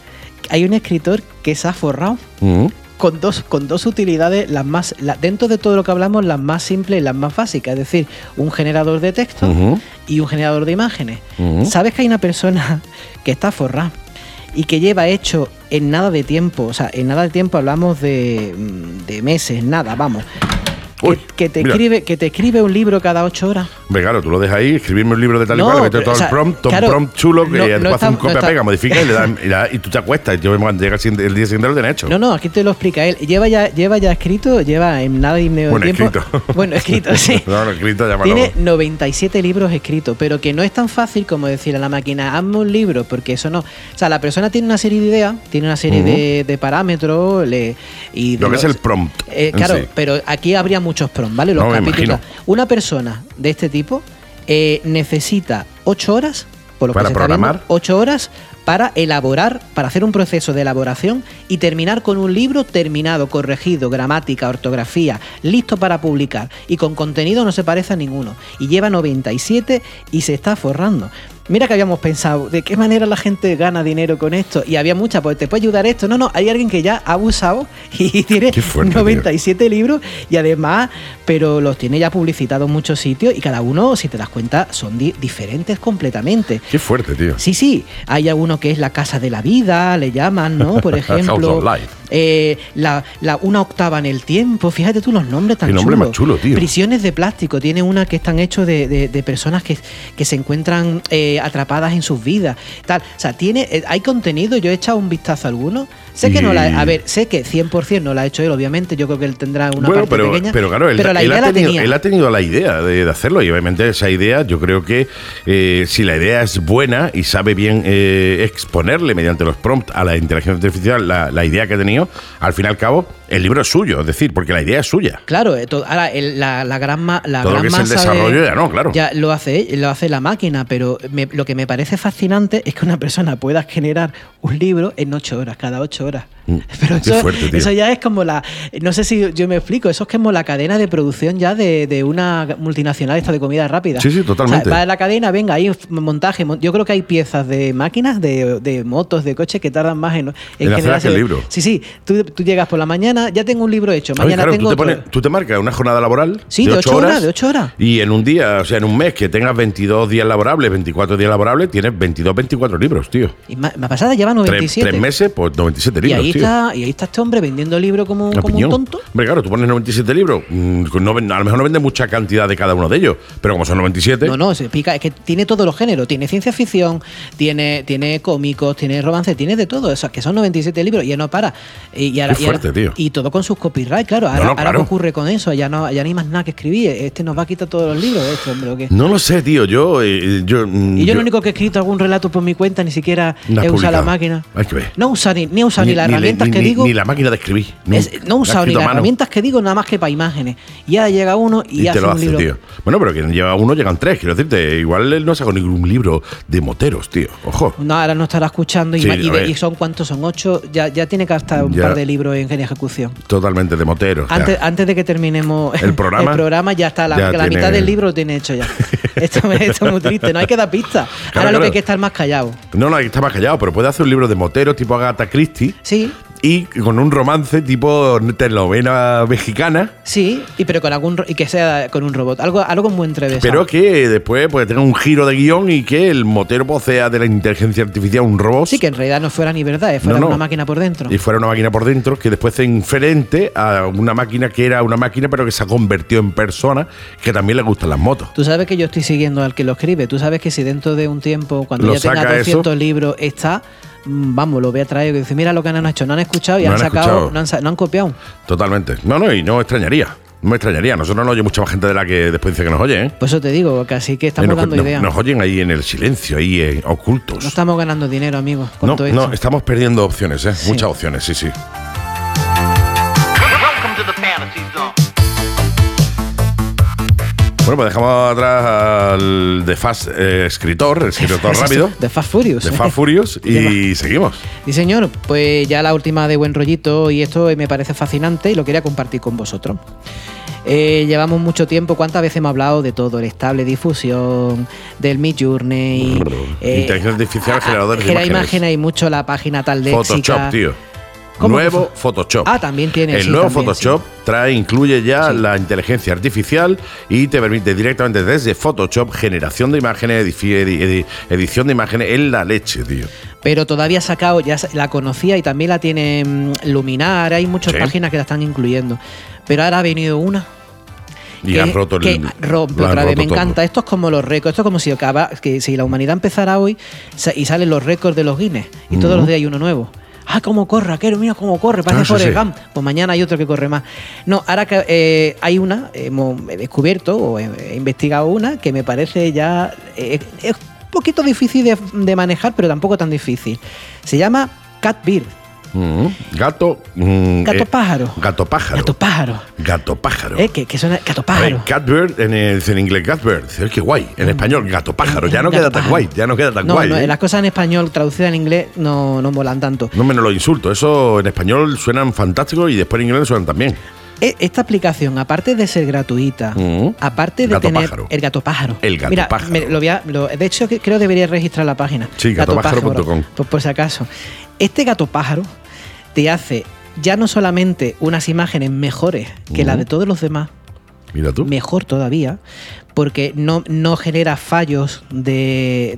Speaker 3: hay un escritor que se ha forrado
Speaker 2: Ujú.
Speaker 3: con dos, con dos utilidades, las más, la- dentro de todo lo que hablamos, las más simples y las más básicas, es decir, un generador de texto
Speaker 2: Ujú.
Speaker 3: y un generador de imágenes.
Speaker 2: Ujú.
Speaker 3: Sabes que hay una persona que está forrada y que lleva hecho en nada de tiempo, o sea, en nada de tiempo hablamos de, mm, de meses, nada, vamos. Que-
Speaker 2: Uy,
Speaker 3: que, te
Speaker 2: mira.
Speaker 3: escribe, que te escribe un libro cada ocho horas.
Speaker 2: Hombre, claro, tú lo dejas ahí, escribirme un libro de tal y
Speaker 3: No,
Speaker 2: cual, le metes
Speaker 3: pero,
Speaker 2: todo
Speaker 3: o sea,
Speaker 2: el prompt, todo un
Speaker 3: claro,
Speaker 2: prompt chulo, que
Speaker 3: no- no
Speaker 2: después hace un
Speaker 3: está- no
Speaker 2: copia-pega,
Speaker 3: está-
Speaker 2: modifica y, le das- y la- y tú te acuestas. Y yo cuando llega el, siguiente- el día siguiente lo tienes hecho.
Speaker 3: No, no, aquí te lo explica él. Lleva ya, lleva ya escrito, lleva en nada de
Speaker 2: Bueno,
Speaker 3: tiempo.
Speaker 2: escrito.
Speaker 3: Bueno, escrito, sí.
Speaker 2: No, no, escrito, llámalo.
Speaker 3: Tiene 97 libros escritos, pero que no es tan fácil como decir a la máquina, hazme un libro, porque eso no. O sea, la persona tiene una serie de ideas, tiene una serie de, de parámetros le- y de
Speaker 2: Lo que es
Speaker 3: los-
Speaker 2: el prompt.
Speaker 3: Eh,
Speaker 2: en
Speaker 3: claro,
Speaker 2: sí.
Speaker 3: pero aquí habría muchos prom, ¿vale? Los
Speaker 2: No, me
Speaker 3: capítulos.
Speaker 2: imagino.
Speaker 3: Una persona de este tipo eh, necesita 8 horas por lo
Speaker 2: Para
Speaker 3: que se está
Speaker 2: programar.
Speaker 3: viendo, ocho horas para elaborar, para hacer un proceso de elaboración y terminar con un libro terminado, corregido, gramática, ortografía, listo para publicar y con contenido no se parece a ninguno. Y lleva 97 y se está forrando. Mira que habíamos pensado, ¿de qué manera la gente gana dinero con esto? Y había mucha, pues te puede ayudar esto. No, no, hay alguien que ya ha abusado y tiene
Speaker 2: Qué fuerte, tío.
Speaker 3: 97 libros y además, pero los tiene ya publicitados en muchos sitios y cada uno, si te das cuenta, son di- diferentes completamente.
Speaker 2: Qué fuerte, tío.
Speaker 3: Sí, sí, hay alguno que es la casa de la vida, le llaman, ¿no? Por
Speaker 2: House
Speaker 3: ejemplo,
Speaker 2: of Life.
Speaker 3: eh, la, la- una octava en el tiempo, fíjate tú los nombres tan
Speaker 2: Qué nombre
Speaker 3: chulos.
Speaker 2: más chulo, tío.
Speaker 3: Prisiones de plástico, tiene una que están hechos de, de- de personas que, que se encuentran eh, atrapadas en sus vidas, tal. O sea, tiene, eh, hay contenido, yo he echado un vistazo a alguno. Sé que no la,
Speaker 2: Y-
Speaker 3: a ver, sé que 100% no la ha hecho él, obviamente, yo creo que él tendrá una
Speaker 2: bueno,
Speaker 3: parte
Speaker 2: pero,
Speaker 3: pequeña,
Speaker 2: pero claro, él,
Speaker 3: pero la
Speaker 2: él
Speaker 3: idea
Speaker 2: ha tenido,
Speaker 3: la tenía.
Speaker 2: él ha tenido la idea de, de hacerlo y obviamente esa idea yo creo que eh, si la idea es buena y sabe bien eh, exponerle mediante los prompts a la inteligencia artificial la, la idea que ha tenido, al fin y al cabo el libro es suyo, es decir, porque la idea es suya.
Speaker 3: Claro, eh, to- ahora el- la, la gran, ma- la
Speaker 2: Todo lo
Speaker 3: gran
Speaker 2: que es el
Speaker 3: masa de-
Speaker 2: desarrollo ya no, claro.
Speaker 3: Ya lo hace, lo hace la máquina, pero me- lo que me parece fascinante es que una persona pueda generar un libro en ocho horas, cada ocho horas. Pero
Speaker 2: Mm, qué
Speaker 3: eso,
Speaker 2: fuerte, tío.
Speaker 3: eso ya es como la. No sé si yo me explico, eso es como la cadena de producción ya de, de una multinacional esta de comida rápida.
Speaker 2: Sí, sí, totalmente.
Speaker 3: O sea, va a la cadena, venga, ahí f- montaje. mon- Yo creo que hay piezas de máquinas, de, de motos, de coches que tardan más en. En,
Speaker 2: hacer
Speaker 3: generarse-
Speaker 2: aquel libro.
Speaker 3: Sí, sí. Tú, tú llegas por la mañana, ya tengo un libro hecho.
Speaker 2: A ver,
Speaker 3: Mañana
Speaker 2: claro,
Speaker 3: tengo
Speaker 2: tú, te
Speaker 3: otro.
Speaker 2: pones- tú te marcas una jornada laboral
Speaker 3: Sí, de
Speaker 2: ocho
Speaker 3: ocho horas, de ocho horas.
Speaker 2: Y en un día, o sea, en un mes que tengas 22 días laborables, 24 días laborables, tienes 22, 24 libros, tío.
Speaker 3: Y ma- ma- pasada lleva
Speaker 2: Tres,
Speaker 3: 97.
Speaker 2: tres meses, pues 97
Speaker 3: y
Speaker 2: libros,
Speaker 3: ahí
Speaker 2: tío.
Speaker 3: está, y ahí está este hombre vendiendo libros como,
Speaker 2: Una
Speaker 3: como un
Speaker 2: opinión.
Speaker 3: tonto.
Speaker 2: Hombre, claro, tú pones 97 libros, mm, no ven- a lo mejor no vende mucha cantidad de cada uno de ellos, pero como son 97,
Speaker 3: No, no, se pica, es que tiene todos los géneros, tiene ciencia ficción, tiene, tiene cómicos, tiene romance, tiene de todo, o sea, que son 97 libros y ya no para. Y, y ahora,
Speaker 2: Qué
Speaker 3: y ahora-
Speaker 2: fuerte, tío.
Speaker 3: y todo con sus copyright, claro. Ahora,
Speaker 2: no,
Speaker 3: ahora
Speaker 2: claro.
Speaker 3: qué ocurre con eso, ya no, ya no hay más nada que escribir. Este nos va a quitar todos los libros, este hombre, ¿o qué?
Speaker 2: no lo sé, tío. Yo, eh, yo, mm,
Speaker 3: Y yo, lo único que he escrito algún relato por mi cuenta, ni siquiera
Speaker 2: No has
Speaker 3: he usado la
Speaker 2: publicado.
Speaker 3: máquina.
Speaker 2: Hay que ver.
Speaker 3: No he usado ni, ni he usado ni, las
Speaker 2: le-
Speaker 3: herramientas
Speaker 2: ni-
Speaker 3: que
Speaker 2: ni-
Speaker 3: digo.
Speaker 2: ni la máquina de escribir. nunca.
Speaker 3: Es- no he
Speaker 2: La he
Speaker 3: usado ni
Speaker 2: escrito a
Speaker 3: las
Speaker 2: mano.
Speaker 3: herramientas que digo, nada más que para imágenes. Y ahora llega uno y,
Speaker 2: Y,
Speaker 3: hace
Speaker 2: te lo
Speaker 3: un
Speaker 2: hace,
Speaker 3: libro.
Speaker 2: tío. Bueno, pero quien lleva uno llegan tres, quiero decirte. Igual él no ha sacado ningún libro de moteros, tío. Ojo.
Speaker 3: No, ahora no estará escuchando y,
Speaker 2: Sí,
Speaker 3: ma- y
Speaker 2: a
Speaker 3: de-
Speaker 2: ver.
Speaker 3: y son cuántos son ocho. Ya, ya tiene que hasta un
Speaker 2: Ya.
Speaker 3: par de libros en, en ejecución.
Speaker 2: Totalmente de moteros. o sea,
Speaker 3: Antes, antes de que terminemos
Speaker 2: El programa.
Speaker 3: ya está. La,
Speaker 2: Ya
Speaker 3: la
Speaker 2: tiene-
Speaker 3: mitad del libro lo tiene hecho ya. esto, esto es muy triste. No hay que dar pistas. Ahora
Speaker 2: Claro,
Speaker 3: lo
Speaker 2: claro.
Speaker 3: que hay que estar más callado.
Speaker 2: No, no, aquí está más callado, pero puede hacer un libro de moteros tipo Agatha Christie
Speaker 3: Sí,
Speaker 2: y con un romance tipo telenovela mexicana.
Speaker 3: sí. Y pero con algún ro- y que sea con un robot. Algo, algo muy entrevesado.
Speaker 2: Pero que después pues, tenga un giro de guión y que el motero posea de la inteligencia artificial un robot.
Speaker 3: Sí, que en realidad no fuera ni verdad, es
Speaker 2: No,
Speaker 3: fuera
Speaker 2: no.
Speaker 3: una máquina por dentro.
Speaker 2: Y fuera una máquina por dentro que después se inferente a una máquina que era una máquina pero que se ha convertido en persona que también le gustan las motos.
Speaker 3: Tú sabes que yo estoy siguiendo al que lo escribe. Tú sabes que si dentro de un tiempo, cuando
Speaker 2: Lo
Speaker 3: ya tenga
Speaker 2: saca
Speaker 3: 200 libros, está, mm, vamos, lo voy a traer. Y dice, mira lo que han han hecho. No han escuchado y
Speaker 2: No
Speaker 3: han,
Speaker 2: han escuchado.
Speaker 3: sacado, no han, sa- no han copiado.
Speaker 2: Totalmente. No, no, y no me extrañaría. No me extrañaría. Nosotros no oye mucha más gente de la que después dice que nos oye, ¿eh?
Speaker 3: Por eso te digo, que así que estamos
Speaker 2: Eh, nos,
Speaker 3: dando
Speaker 2: nos-
Speaker 3: ideas.
Speaker 2: nos oyen ahí en el silencio, ahí eh, ocultos.
Speaker 3: No estamos ganando dinero, amigos. con
Speaker 2: no,
Speaker 3: todo
Speaker 2: no,
Speaker 3: esto.
Speaker 2: estamos perdiendo opciones, ¿eh?
Speaker 3: Sí.
Speaker 2: Muchas opciones, sí, sí.
Speaker 4: Welcome to the fantasy zone.
Speaker 2: Bueno, pues dejamos atrás al de Fast eh, Escritor, Escritor Rápido.
Speaker 3: De Fast Furious.
Speaker 2: De Fast Furious y seguimos.
Speaker 3: Sí, señor, pues ya la última de buen rollito y esto eh, me parece fascinante y lo quería compartir con vosotros. Eh, llevamos mucho tiempo, ¿cuántas veces hemos hablado de todo? El estable difusión, del Mid Journey, eh,
Speaker 2: Inteligencia artificial, generadores de imágenes.
Speaker 3: y mucho la página tal de
Speaker 2: Photoshop, tío.
Speaker 3: ¿Cómo
Speaker 2: Nuevo
Speaker 3: que fo-
Speaker 2: Photoshop.
Speaker 3: Ah, también tiene,
Speaker 2: El
Speaker 3: sí,
Speaker 2: nuevo
Speaker 3: también,
Speaker 2: Photoshop trae, incluye ya
Speaker 3: Sí.
Speaker 2: la inteligencia artificial y te permite directamente desde Photoshop generación de imágenes, edifi- edi- edi- edición de imágenes en la leche, tío.
Speaker 3: Pero todavía ha sacado, ya sa- la conocía y también la tiene mm, Luminar, hay muchas
Speaker 2: Sí.
Speaker 3: páginas que la están incluyendo. Pero ahora ha venido una
Speaker 2: Y
Speaker 3: que-
Speaker 2: has roto el.
Speaker 3: que rompe
Speaker 2: lo has
Speaker 3: otra vez.
Speaker 2: roto
Speaker 3: Me
Speaker 2: todo.
Speaker 3: encanta. Esto es como los récords. Esto es como si, acaba, que si la humanidad empezara hoy sa- y salen los récords de los Guinness. Y todos los días hay uno nuevo. Ah, cómo corre, aquel, mira cómo corre,
Speaker 2: Ah,
Speaker 3: parece
Speaker 2: sí,
Speaker 3: Forrest
Speaker 2: sí.
Speaker 3: Gump. Pues mañana hay otro que corre más. No, ahora que eh, hay una, hemos descubierto o he, he investigado una que me parece ya. eh, es un poquito difícil de, de manejar, pero tampoco tan difícil. Se llama Cat Beard.
Speaker 2: Mm, Gato. mm,
Speaker 3: Gato pájaro.
Speaker 2: Gato pájaro.
Speaker 3: Gato pájaro.
Speaker 2: Gato pájaro.
Speaker 3: ¿Eh? Que, que suena gato
Speaker 2: A ver,
Speaker 3: pájaro. Mm.
Speaker 2: Catbird en, el- en inglés Catbird. Es que guay. En español, gato pájaro. Ya no
Speaker 3: Gato
Speaker 2: queda tan
Speaker 3: pájaro.
Speaker 2: guay. Ya no queda tan
Speaker 3: no,
Speaker 2: guay.
Speaker 3: no,
Speaker 2: ¿eh?
Speaker 3: las cosas en español traducidas en inglés no, no molan tanto.
Speaker 2: No me lo insulto. Eso en español suenan fantásticos y después en inglés suenan también.
Speaker 3: E- Esta aplicación, aparte de ser gratuita,
Speaker 2: Mm.
Speaker 3: aparte de
Speaker 2: Gato
Speaker 3: tener
Speaker 2: pájaro.
Speaker 3: el gato pájaro.
Speaker 2: El gato
Speaker 3: Mira,
Speaker 2: pájaro.
Speaker 3: me- lo voy a- lo- de hecho, que- creo que debería registrar la página.
Speaker 2: Sí, gatopájaro.com.
Speaker 3: Gatopájaro, Por, por si acaso. Este gato pájaro te hace ya no solamente unas imágenes mejores que
Speaker 2: Mm.
Speaker 3: las de todos los demás,
Speaker 2: Mira tú.
Speaker 3: mejor todavía, porque no, no genera fallos de,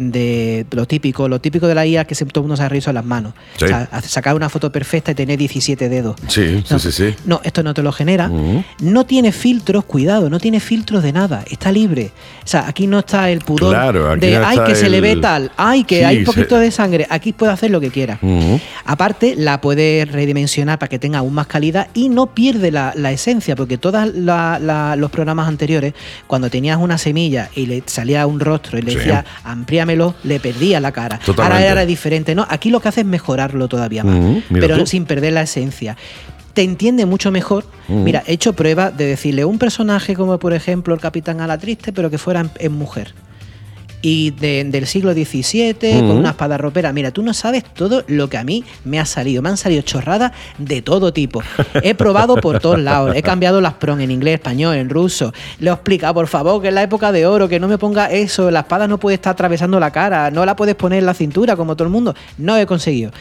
Speaker 3: de lo típico. Lo típico de la IA es que se- todo el mundo se ha reído en las manos.
Speaker 2: Sí.
Speaker 3: O sea, hace- sacar una foto perfecta y tener 17 dedos.
Speaker 2: Sí, sí,
Speaker 3: No,
Speaker 2: sí, sí.
Speaker 3: No, esto no te lo genera.
Speaker 2: Ujú.
Speaker 3: No tiene filtros, cuidado, no tiene filtros de nada. Está libre. O sea, aquí no está el pudor
Speaker 2: Claro, aquí
Speaker 3: de,
Speaker 2: no
Speaker 3: ay,
Speaker 2: está
Speaker 3: que se le ve
Speaker 2: el-
Speaker 3: tal, ay, que
Speaker 2: Sí,
Speaker 3: hay un poquito
Speaker 2: se-
Speaker 3: de sangre. Aquí puede hacer lo que quiera.
Speaker 2: Ujú.
Speaker 3: Aparte, la puedes redimensionar para que tenga aún más calidad y no pierde la, la esencia, porque todos los programas anteriores, cuando tenías una semilla y le salía un rostro y le
Speaker 2: Sí.
Speaker 3: decía amplíamelo, le perdía la cara.
Speaker 2: Totalmente.
Speaker 3: Ahora era diferente, ¿no? Aquí lo que hace es mejorarlo todavía más,
Speaker 2: Ujú, mira
Speaker 3: pero
Speaker 2: tú.
Speaker 3: sin perder la esencia. Te entiende mucho mejor.
Speaker 2: Ujú.
Speaker 3: Mira, he hecho prueba de decirle un personaje como, por ejemplo, el Capitán Ala Triste, pero que fuera en- en mujer y de- del siglo XVII,
Speaker 2: Ujú.
Speaker 3: con una espada ropera. Mira, tú no sabes todo lo que a mí me ha salido. Me han salido chorradas de todo tipo. He probado por todos lados. He cambiado las pron en inglés, español, en ruso. Le he explicado, por favor, que es la época de oro, que no me ponga eso. La espada no puede estar atravesando la cara. No la puedes poner en la cintura, como todo el mundo. No he conseguido.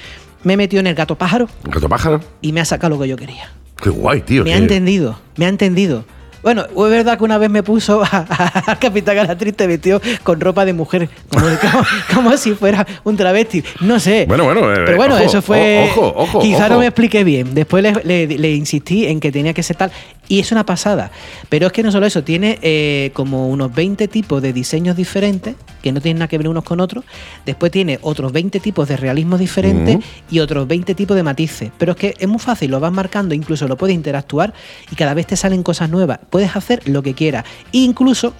Speaker 3: Me he metido en el gato pájaro
Speaker 2: Gato pájaro.
Speaker 3: y me ha sacado lo que yo quería.
Speaker 2: Qué guay, tío.
Speaker 3: Me
Speaker 2: qué-
Speaker 3: ha entendido, me ha entendido. Bueno, es verdad que una vez me puso a- a- al capitán Galatriste vestido con ropa de mujer, como, como- como si fuera un travesti. No sé.
Speaker 2: Bueno, bueno, eh,
Speaker 3: Pero bueno,
Speaker 2: ojo,
Speaker 3: eso fue.
Speaker 2: o- ojo, ojo,
Speaker 3: Quizá
Speaker 2: ojo.
Speaker 3: no me expliqué bien. Después le, le- le insistí en que tenía que ser tal. Y es una pasada. Pero es que no solo eso, tiene eh, como unos 20 tipos de diseños diferentes, que no tienen nada que ver unos con otros. Después tiene otros 20 tipos de realismo diferentes
Speaker 2: Ujú.
Speaker 3: y otros 20 tipos de matices. Pero es que es muy fácil, lo vas marcando, incluso lo puedes interactuar y cada vez te salen cosas nuevas. Puedes hacer lo que quieras. Incluso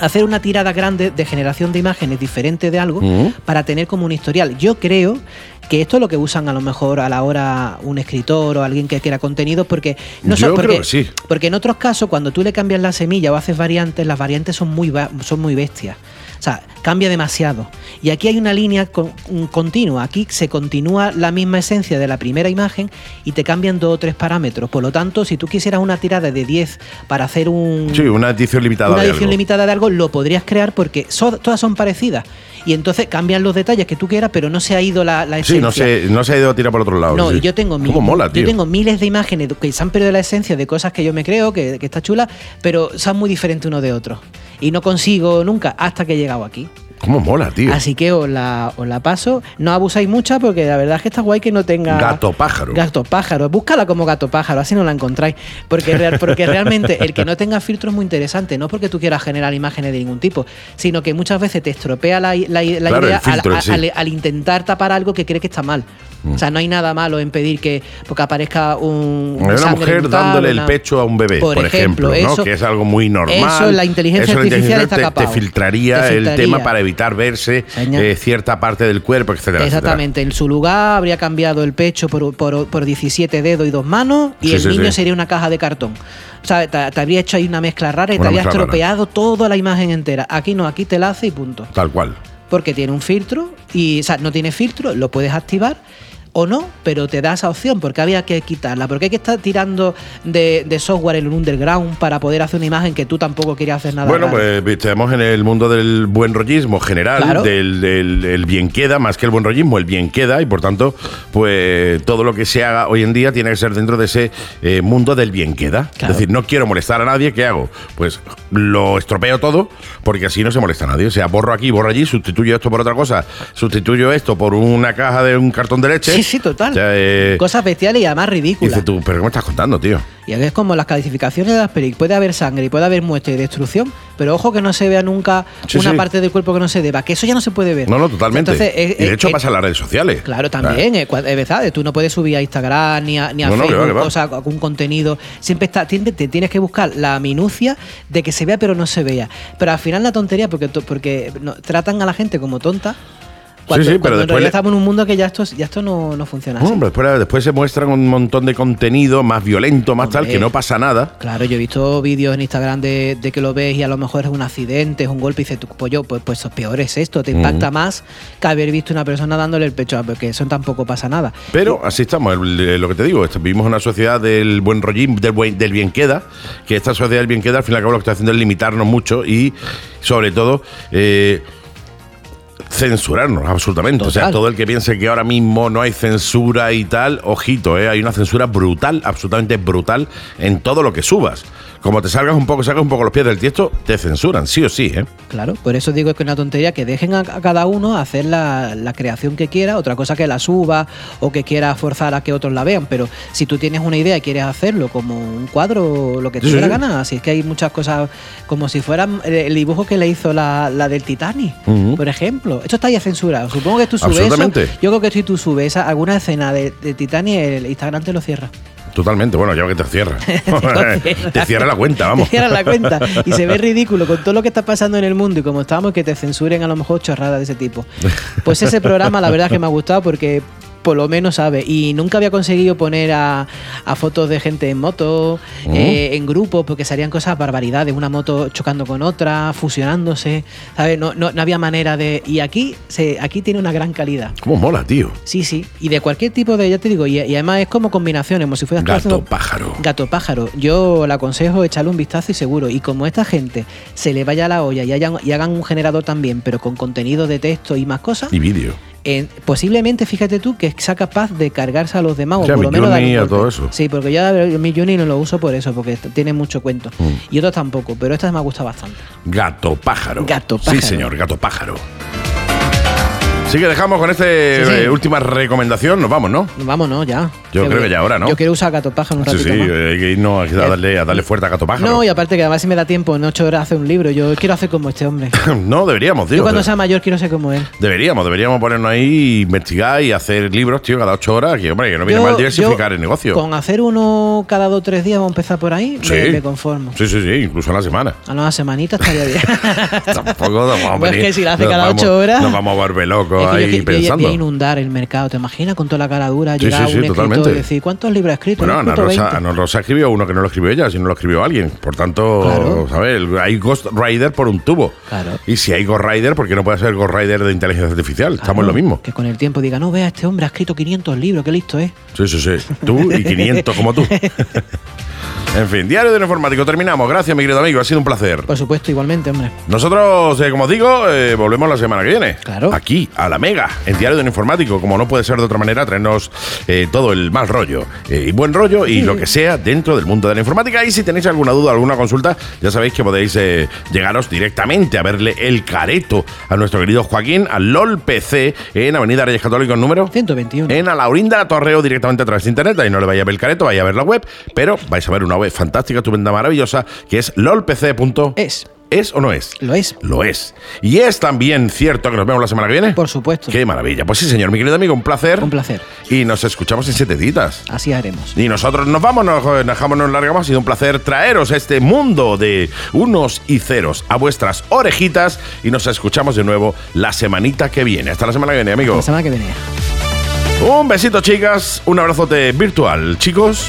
Speaker 3: hacer una tirada grande de generación de imágenes diferente de algo
Speaker 2: Ujú.
Speaker 3: para tener como un historial. Yo creo que esto es lo que usan a lo mejor a la hora un escritor o alguien que quiera contenido porque no
Speaker 2: Yo
Speaker 3: so- porque,
Speaker 2: creo que sí.
Speaker 3: porque en otros casos cuando tú le cambias la semilla o haces variantes las variantes son muy va- son muy bestias o sea cambia demasiado y aquí hay una línea con- un- continua aquí se continúa la misma esencia de la primera imagen y te cambian dos o tres parámetros por lo tanto si tú quisieras una tirada de 10 para hacer un
Speaker 2: Sí, una edición limitada.
Speaker 3: una
Speaker 2: de
Speaker 3: edición
Speaker 2: algo.
Speaker 3: limitada de algo lo podrías crear porque so- todas son parecidas y entonces cambian los detalles que tú quieras pero no se ha ido la, la
Speaker 2: Sí,
Speaker 3: esencia
Speaker 2: no se, no se ha ido a tirar por otro lado.
Speaker 3: no,
Speaker 2: Ah, sí.
Speaker 3: y yo tengo, mi-
Speaker 2: ¿Cómo mola, tío?
Speaker 3: yo tengo miles de imágenes que se han perdido la esencia de cosas que yo me creo, que, que está chula, pero son muy diferentes uno de otro. Y no consigo nunca hasta que he llegado aquí.
Speaker 2: ¿Cómo mola, tío?
Speaker 3: Así que os la, os la paso. No abusáis mucha porque la verdad es que está guay que no tenga...
Speaker 2: Gato pájaro.
Speaker 3: Gato pájaro. Búscala como gato pájaro, así no la encontráis. Porque, real- porque realmente el que no tenga filtro es muy interesante. No porque tú quieras generar imágenes de ningún tipo, sino que muchas veces te estropea la, la- la
Speaker 2: Claro,
Speaker 3: idea
Speaker 2: el filtro
Speaker 3: al,
Speaker 2: en sí. Mm.
Speaker 3: al- al intentar tapar algo que cree que está mal. O sea, no hay nada malo en pedir que porque aparezca un.
Speaker 2: Una
Speaker 3: sangre en
Speaker 2: mujer
Speaker 3: un tal,
Speaker 2: dándole
Speaker 3: una-
Speaker 2: el pecho a un bebé, por, ejemplo, ¿no?
Speaker 3: eso-
Speaker 2: que es algo muy normal.
Speaker 3: Eso, la inteligencia
Speaker 2: Eso, la
Speaker 3: artificial está
Speaker 2: te- te,
Speaker 3: capado.
Speaker 2: filtraría
Speaker 3: Te
Speaker 2: el tema
Speaker 3: filtraría.
Speaker 2: para evitar verse
Speaker 3: Señor.
Speaker 2: eh, cierta parte del cuerpo, etcétera. etcétera.
Speaker 3: Exactamente, en su lugar habría cambiado el pecho por, por, por 17 dedos y dos manos y
Speaker 2: Sí,
Speaker 3: el
Speaker 2: sí,
Speaker 3: niño
Speaker 2: sí.
Speaker 3: sería una caja de cartón. O sea, te, te habría hecho ahí una mezcla rara y
Speaker 2: Una
Speaker 3: te habría
Speaker 2: mezcla rara.
Speaker 3: estropeado toda la imagen entera. Aquí no, aquí te la hace y punto.
Speaker 2: Tal cual.
Speaker 3: Porque tiene un filtro y, o sea, no tiene filtro, lo puedes activar o no, pero te da esa opción porque había que quitarla. Porque hay que estar tirando de, de software en el underground para poder hacer una imagen que tú tampoco querías hacer nada.
Speaker 2: Bueno,
Speaker 3: raro.
Speaker 2: pues estamos en el mundo del buen rollismo general,
Speaker 3: Claro.
Speaker 2: del, del- el bien queda, más que el buen rollismo, el bien queda, y por tanto, pues todo lo que se haga hoy en día tiene que ser dentro de ese eh, mundo del bien queda.
Speaker 3: Claro.
Speaker 2: Es decir, no quiero molestar a nadie, ¿qué hago? Pues lo estropeo todo, porque así no se molesta a nadie. O sea, borro aquí, borro allí, sustituyo esto por otra cosa, sustituyo esto por una caja de un cartón de leche.
Speaker 3: sí, sí, total.
Speaker 2: O sea, eh,
Speaker 3: Cosas bestiales y además ridículas.
Speaker 2: dice tú, pero ¿qué me estás contando, tío?
Speaker 3: Y es como las calificaciones de las pelis. Puede haber sangre y puede haber muerte y destrucción, pero ojo que no se vea nunca
Speaker 2: Sí,
Speaker 3: una
Speaker 2: sí.
Speaker 3: parte del cuerpo que no se deba, que eso ya no se puede ver.
Speaker 2: No, no, totalmente.
Speaker 3: Entonces, eh,
Speaker 2: y de
Speaker 3: eh,
Speaker 2: hecho
Speaker 3: eh,
Speaker 2: pasa en las redes sociales.
Speaker 3: Claro,
Speaker 2: Ah.
Speaker 3: también, eh, cua- es verdad, tú no puedes subir a Instagram ni a, ni a
Speaker 2: No, no, que
Speaker 3: Facebook
Speaker 2: va, que va.
Speaker 3: o sea, algún contenido. Siempre está, tiende- te tienes que buscar la minucia de que se vea pero no se vea. Pero al final la tontería, porque, to- porque no- tratan a la gente como tonta, Cuando,
Speaker 2: sí, pero
Speaker 3: cuando en
Speaker 2: después
Speaker 3: realidad
Speaker 2: le-
Speaker 3: estamos en un mundo que ya esto, es- ya esto no, no funciona así.
Speaker 2: Bueno, pero después, después se muestran un montón de contenido más violento, más tal,
Speaker 3: Hombre.
Speaker 2: que no pasa nada.
Speaker 3: Claro, yo he visto vídeos en Instagram de, de que lo ves y a lo mejor es un accidente, es un golpe y dices, tú, pollo, pues, pues peor es esto, te impacta más que haber visto una persona dándole el pecho, porque eso tampoco pasa nada.
Speaker 2: Pero así estamos, el- el- lo que te digo, esto- vivimos en una sociedad del buen rollín, del, buen- del bien queda, que esta sociedad del bien queda al fin y al cabo lo que está haciendo es limitarnos mucho y sobre todo eh, censurarnos absolutamente. O sea,
Speaker 3: Total.
Speaker 2: todo el que piense que ahora mismo no hay censura y tal, ojito, eh, hay una censura brutal, absolutamente brutal en todo lo que subas. Como te salgas un poco, sacas un poco los pies del tiesto, te censuran, sí o sí, ¿eh?
Speaker 3: Claro, por eso digo que es una tontería que dejen a, a cada uno hacer la, la creación que quiera, otra cosa que la suba o que quiera forzar a que otros la vean, pero si tú tienes una idea y quieres hacerlo como un cuadro o lo que te
Speaker 2: Sí,
Speaker 3: dé la
Speaker 2: sí.
Speaker 3: gana, así es que hay muchas cosas como si fueran el, el dibujo que le hizo la, la del Titanic,
Speaker 2: Ujú.
Speaker 3: por ejemplo. Esto está ya censurado, supongo que tú subes eso,
Speaker 2: Absolutamente.
Speaker 3: yo creo que si tú subes esa- alguna escena de, de Titanic, el Instagram te lo cierra.
Speaker 2: Totalmente, bueno, ya que te cierra. te cierra la cuenta, vamos.
Speaker 3: Te cierran la cuenta. Y se ve ridículo con todo lo que está pasando en el mundo y como estábamos, que te censuren a lo mejor chorradas de ese tipo. Pues ese programa, la verdad es que me ha gustado porque por lo menos sabe. Y nunca había conseguido poner a, a fotos de gente en moto,
Speaker 2: Oh.
Speaker 3: eh, en grupos, porque salían cosas barbaridades. Una moto chocando con otra, fusionándose. ¿sabes? No, no, no había manera de. Y aquí, se, aquí tiene una gran calidad.
Speaker 2: ¿Cómo mola, tío?
Speaker 3: Sí, sí. Y de cualquier tipo de, ya te digo, y, y además es como combinaciones, como si fueras tú
Speaker 2: Gato
Speaker 3: haciendo-
Speaker 2: pájaro.
Speaker 3: Gato pájaro, yo le aconsejo echarle un vistazo y seguro. Y como esta gente se le vaya la olla y, hayan- y hagan un generador también, pero con contenido de texto y más cosas,
Speaker 2: Y vídeo.
Speaker 3: en- posiblemente fíjate tú que sea capaz de cargarse a los demás
Speaker 2: O sea,
Speaker 3: o por lo menos
Speaker 2: Midjourney
Speaker 3: dar un
Speaker 2: a
Speaker 3: golpe.
Speaker 2: todo eso.
Speaker 3: Sí, porque yo eh, mi Journey no lo uso por eso, porque t- tiene mucho cuento.
Speaker 2: Mm.
Speaker 3: Y otros tampoco, pero esta me ha gustado bastante.
Speaker 2: Gato pájaro.
Speaker 3: Gato pájaro.
Speaker 2: Sí, señor, gato pájaro. Así que dejamos con esta última recomendación, nos vamos, ¿no?
Speaker 3: Vámonos ya.
Speaker 2: Yo creo que ya ahora, ¿no?
Speaker 3: Yo quiero usar gato pájaro un
Speaker 2: Sí,
Speaker 3: ratito
Speaker 2: sí,
Speaker 3: más.
Speaker 2: hay que irnos a darle, a darle fuerte a gato pájaro.
Speaker 3: No, y aparte que además si me da tiempo, en ocho horas hace un libro. Yo quiero hacer como este hombre.
Speaker 2: No, deberíamos, tío.
Speaker 3: Yo cuando
Speaker 2: de-
Speaker 3: sea mayor quiero ser como él.
Speaker 2: Deberíamos, deberíamos ponernos ahí, investigar y hacer libros, tío, cada ocho horas. Que, hombre, que no viene
Speaker 3: Yo-
Speaker 2: mal diversificar
Speaker 3: yo
Speaker 2: el negocio.
Speaker 3: Con hacer uno cada dos o tres días, vamos a empezar por ahí,
Speaker 2: Sí.
Speaker 3: me, me conformo.
Speaker 2: Sí, sí, sí, incluso en la semana.
Speaker 3: A una semanita estaría bien.
Speaker 2: Tampoco nos vamos a
Speaker 3: Pues que
Speaker 2: venir-
Speaker 3: si lo hace
Speaker 2: nos
Speaker 3: cada
Speaker 2: vamos-
Speaker 3: ocho horas-
Speaker 2: Nos vamos a volver locos
Speaker 3: Es que yo-
Speaker 2: ahí
Speaker 3: que- yo,
Speaker 2: pensando.
Speaker 3: voy a inundar el mercado, ¿te imaginas? Con toda la cara dura,
Speaker 2: Sí, sí,
Speaker 3: llegar
Speaker 2: sí,
Speaker 3: un escritor
Speaker 2: totalmente.
Speaker 3: y decir, ¿cuántos libros ha escrito?
Speaker 2: Bueno,
Speaker 3: Yo
Speaker 2: Ana
Speaker 3: escrito
Speaker 2: Rosa,
Speaker 3: 20.
Speaker 2: Ana Rosa escribió uno que no lo escribió ella, sino lo escribió alguien. Por tanto,
Speaker 3: Claro.
Speaker 2: ¿sabes? El- Hay Ghost Rider por un tubo.
Speaker 3: Claro.
Speaker 2: Y si hay Ghost Rider, ¿por qué no puede ser Ghost Rider de inteligencia artificial? Estamos en lo
Speaker 3: Claro,
Speaker 2: mismo.
Speaker 3: Que con el tiempo diga, no, vea, este hombre ha escrito 500 libros, qué listo es.
Speaker 2: Sí, sí, sí. Tú y 500 como tú. en fin, Diario del Informático, terminamos. Gracias, mi querido amigo, ha sido un placer.
Speaker 3: Por supuesto, igualmente, hombre.
Speaker 2: Nosotros, eh, como os digo, eh, volvemos la semana que viene.
Speaker 3: Claro.
Speaker 2: Aquí, a la Mega, en Diario de un Informático. Como no puede ser de otra manera, traernos eh, todo el mal rollo eh, y buen rollo y lo que sea dentro del mundo de la informática. Y si tenéis alguna duda, alguna consulta, ya sabéis que podéis eh, llegaros directamente a verle el careto a nuestro querido Joaquín, al LOLPC, en Avenida Reyes Católicos número
Speaker 3: 121.
Speaker 2: en Alaurinda Torreo directamente a través de internet. Ahí no le vaya a ver el careto, vaya a ver la web, pero vais a ver una web fantástica, estupenda, maravillosa, que es lolpc.es.
Speaker 3: Es.
Speaker 2: ¿Es o no es?
Speaker 3: Lo es.
Speaker 2: Lo es. Y es también cierto que nos vemos la semana que viene.
Speaker 3: Por supuesto.
Speaker 2: Qué maravilla. Pues sí, señor, mi querido amigo, un placer.
Speaker 3: Un placer.
Speaker 2: Y nos escuchamos en siete ditas.
Speaker 3: Así haremos.
Speaker 2: Y nosotros nos vamos, nos nos dejamos, nos largamos. Ha sido un placer traeros este mundo de unos y ceros a vuestras orejitas. Y nos escuchamos de nuevo la semanita que viene. Hasta la semana que viene,
Speaker 3: La
Speaker 2: amigos.
Speaker 3: semana que viene.
Speaker 2: Un besito, chicas. Un abrazote virtual, chicos.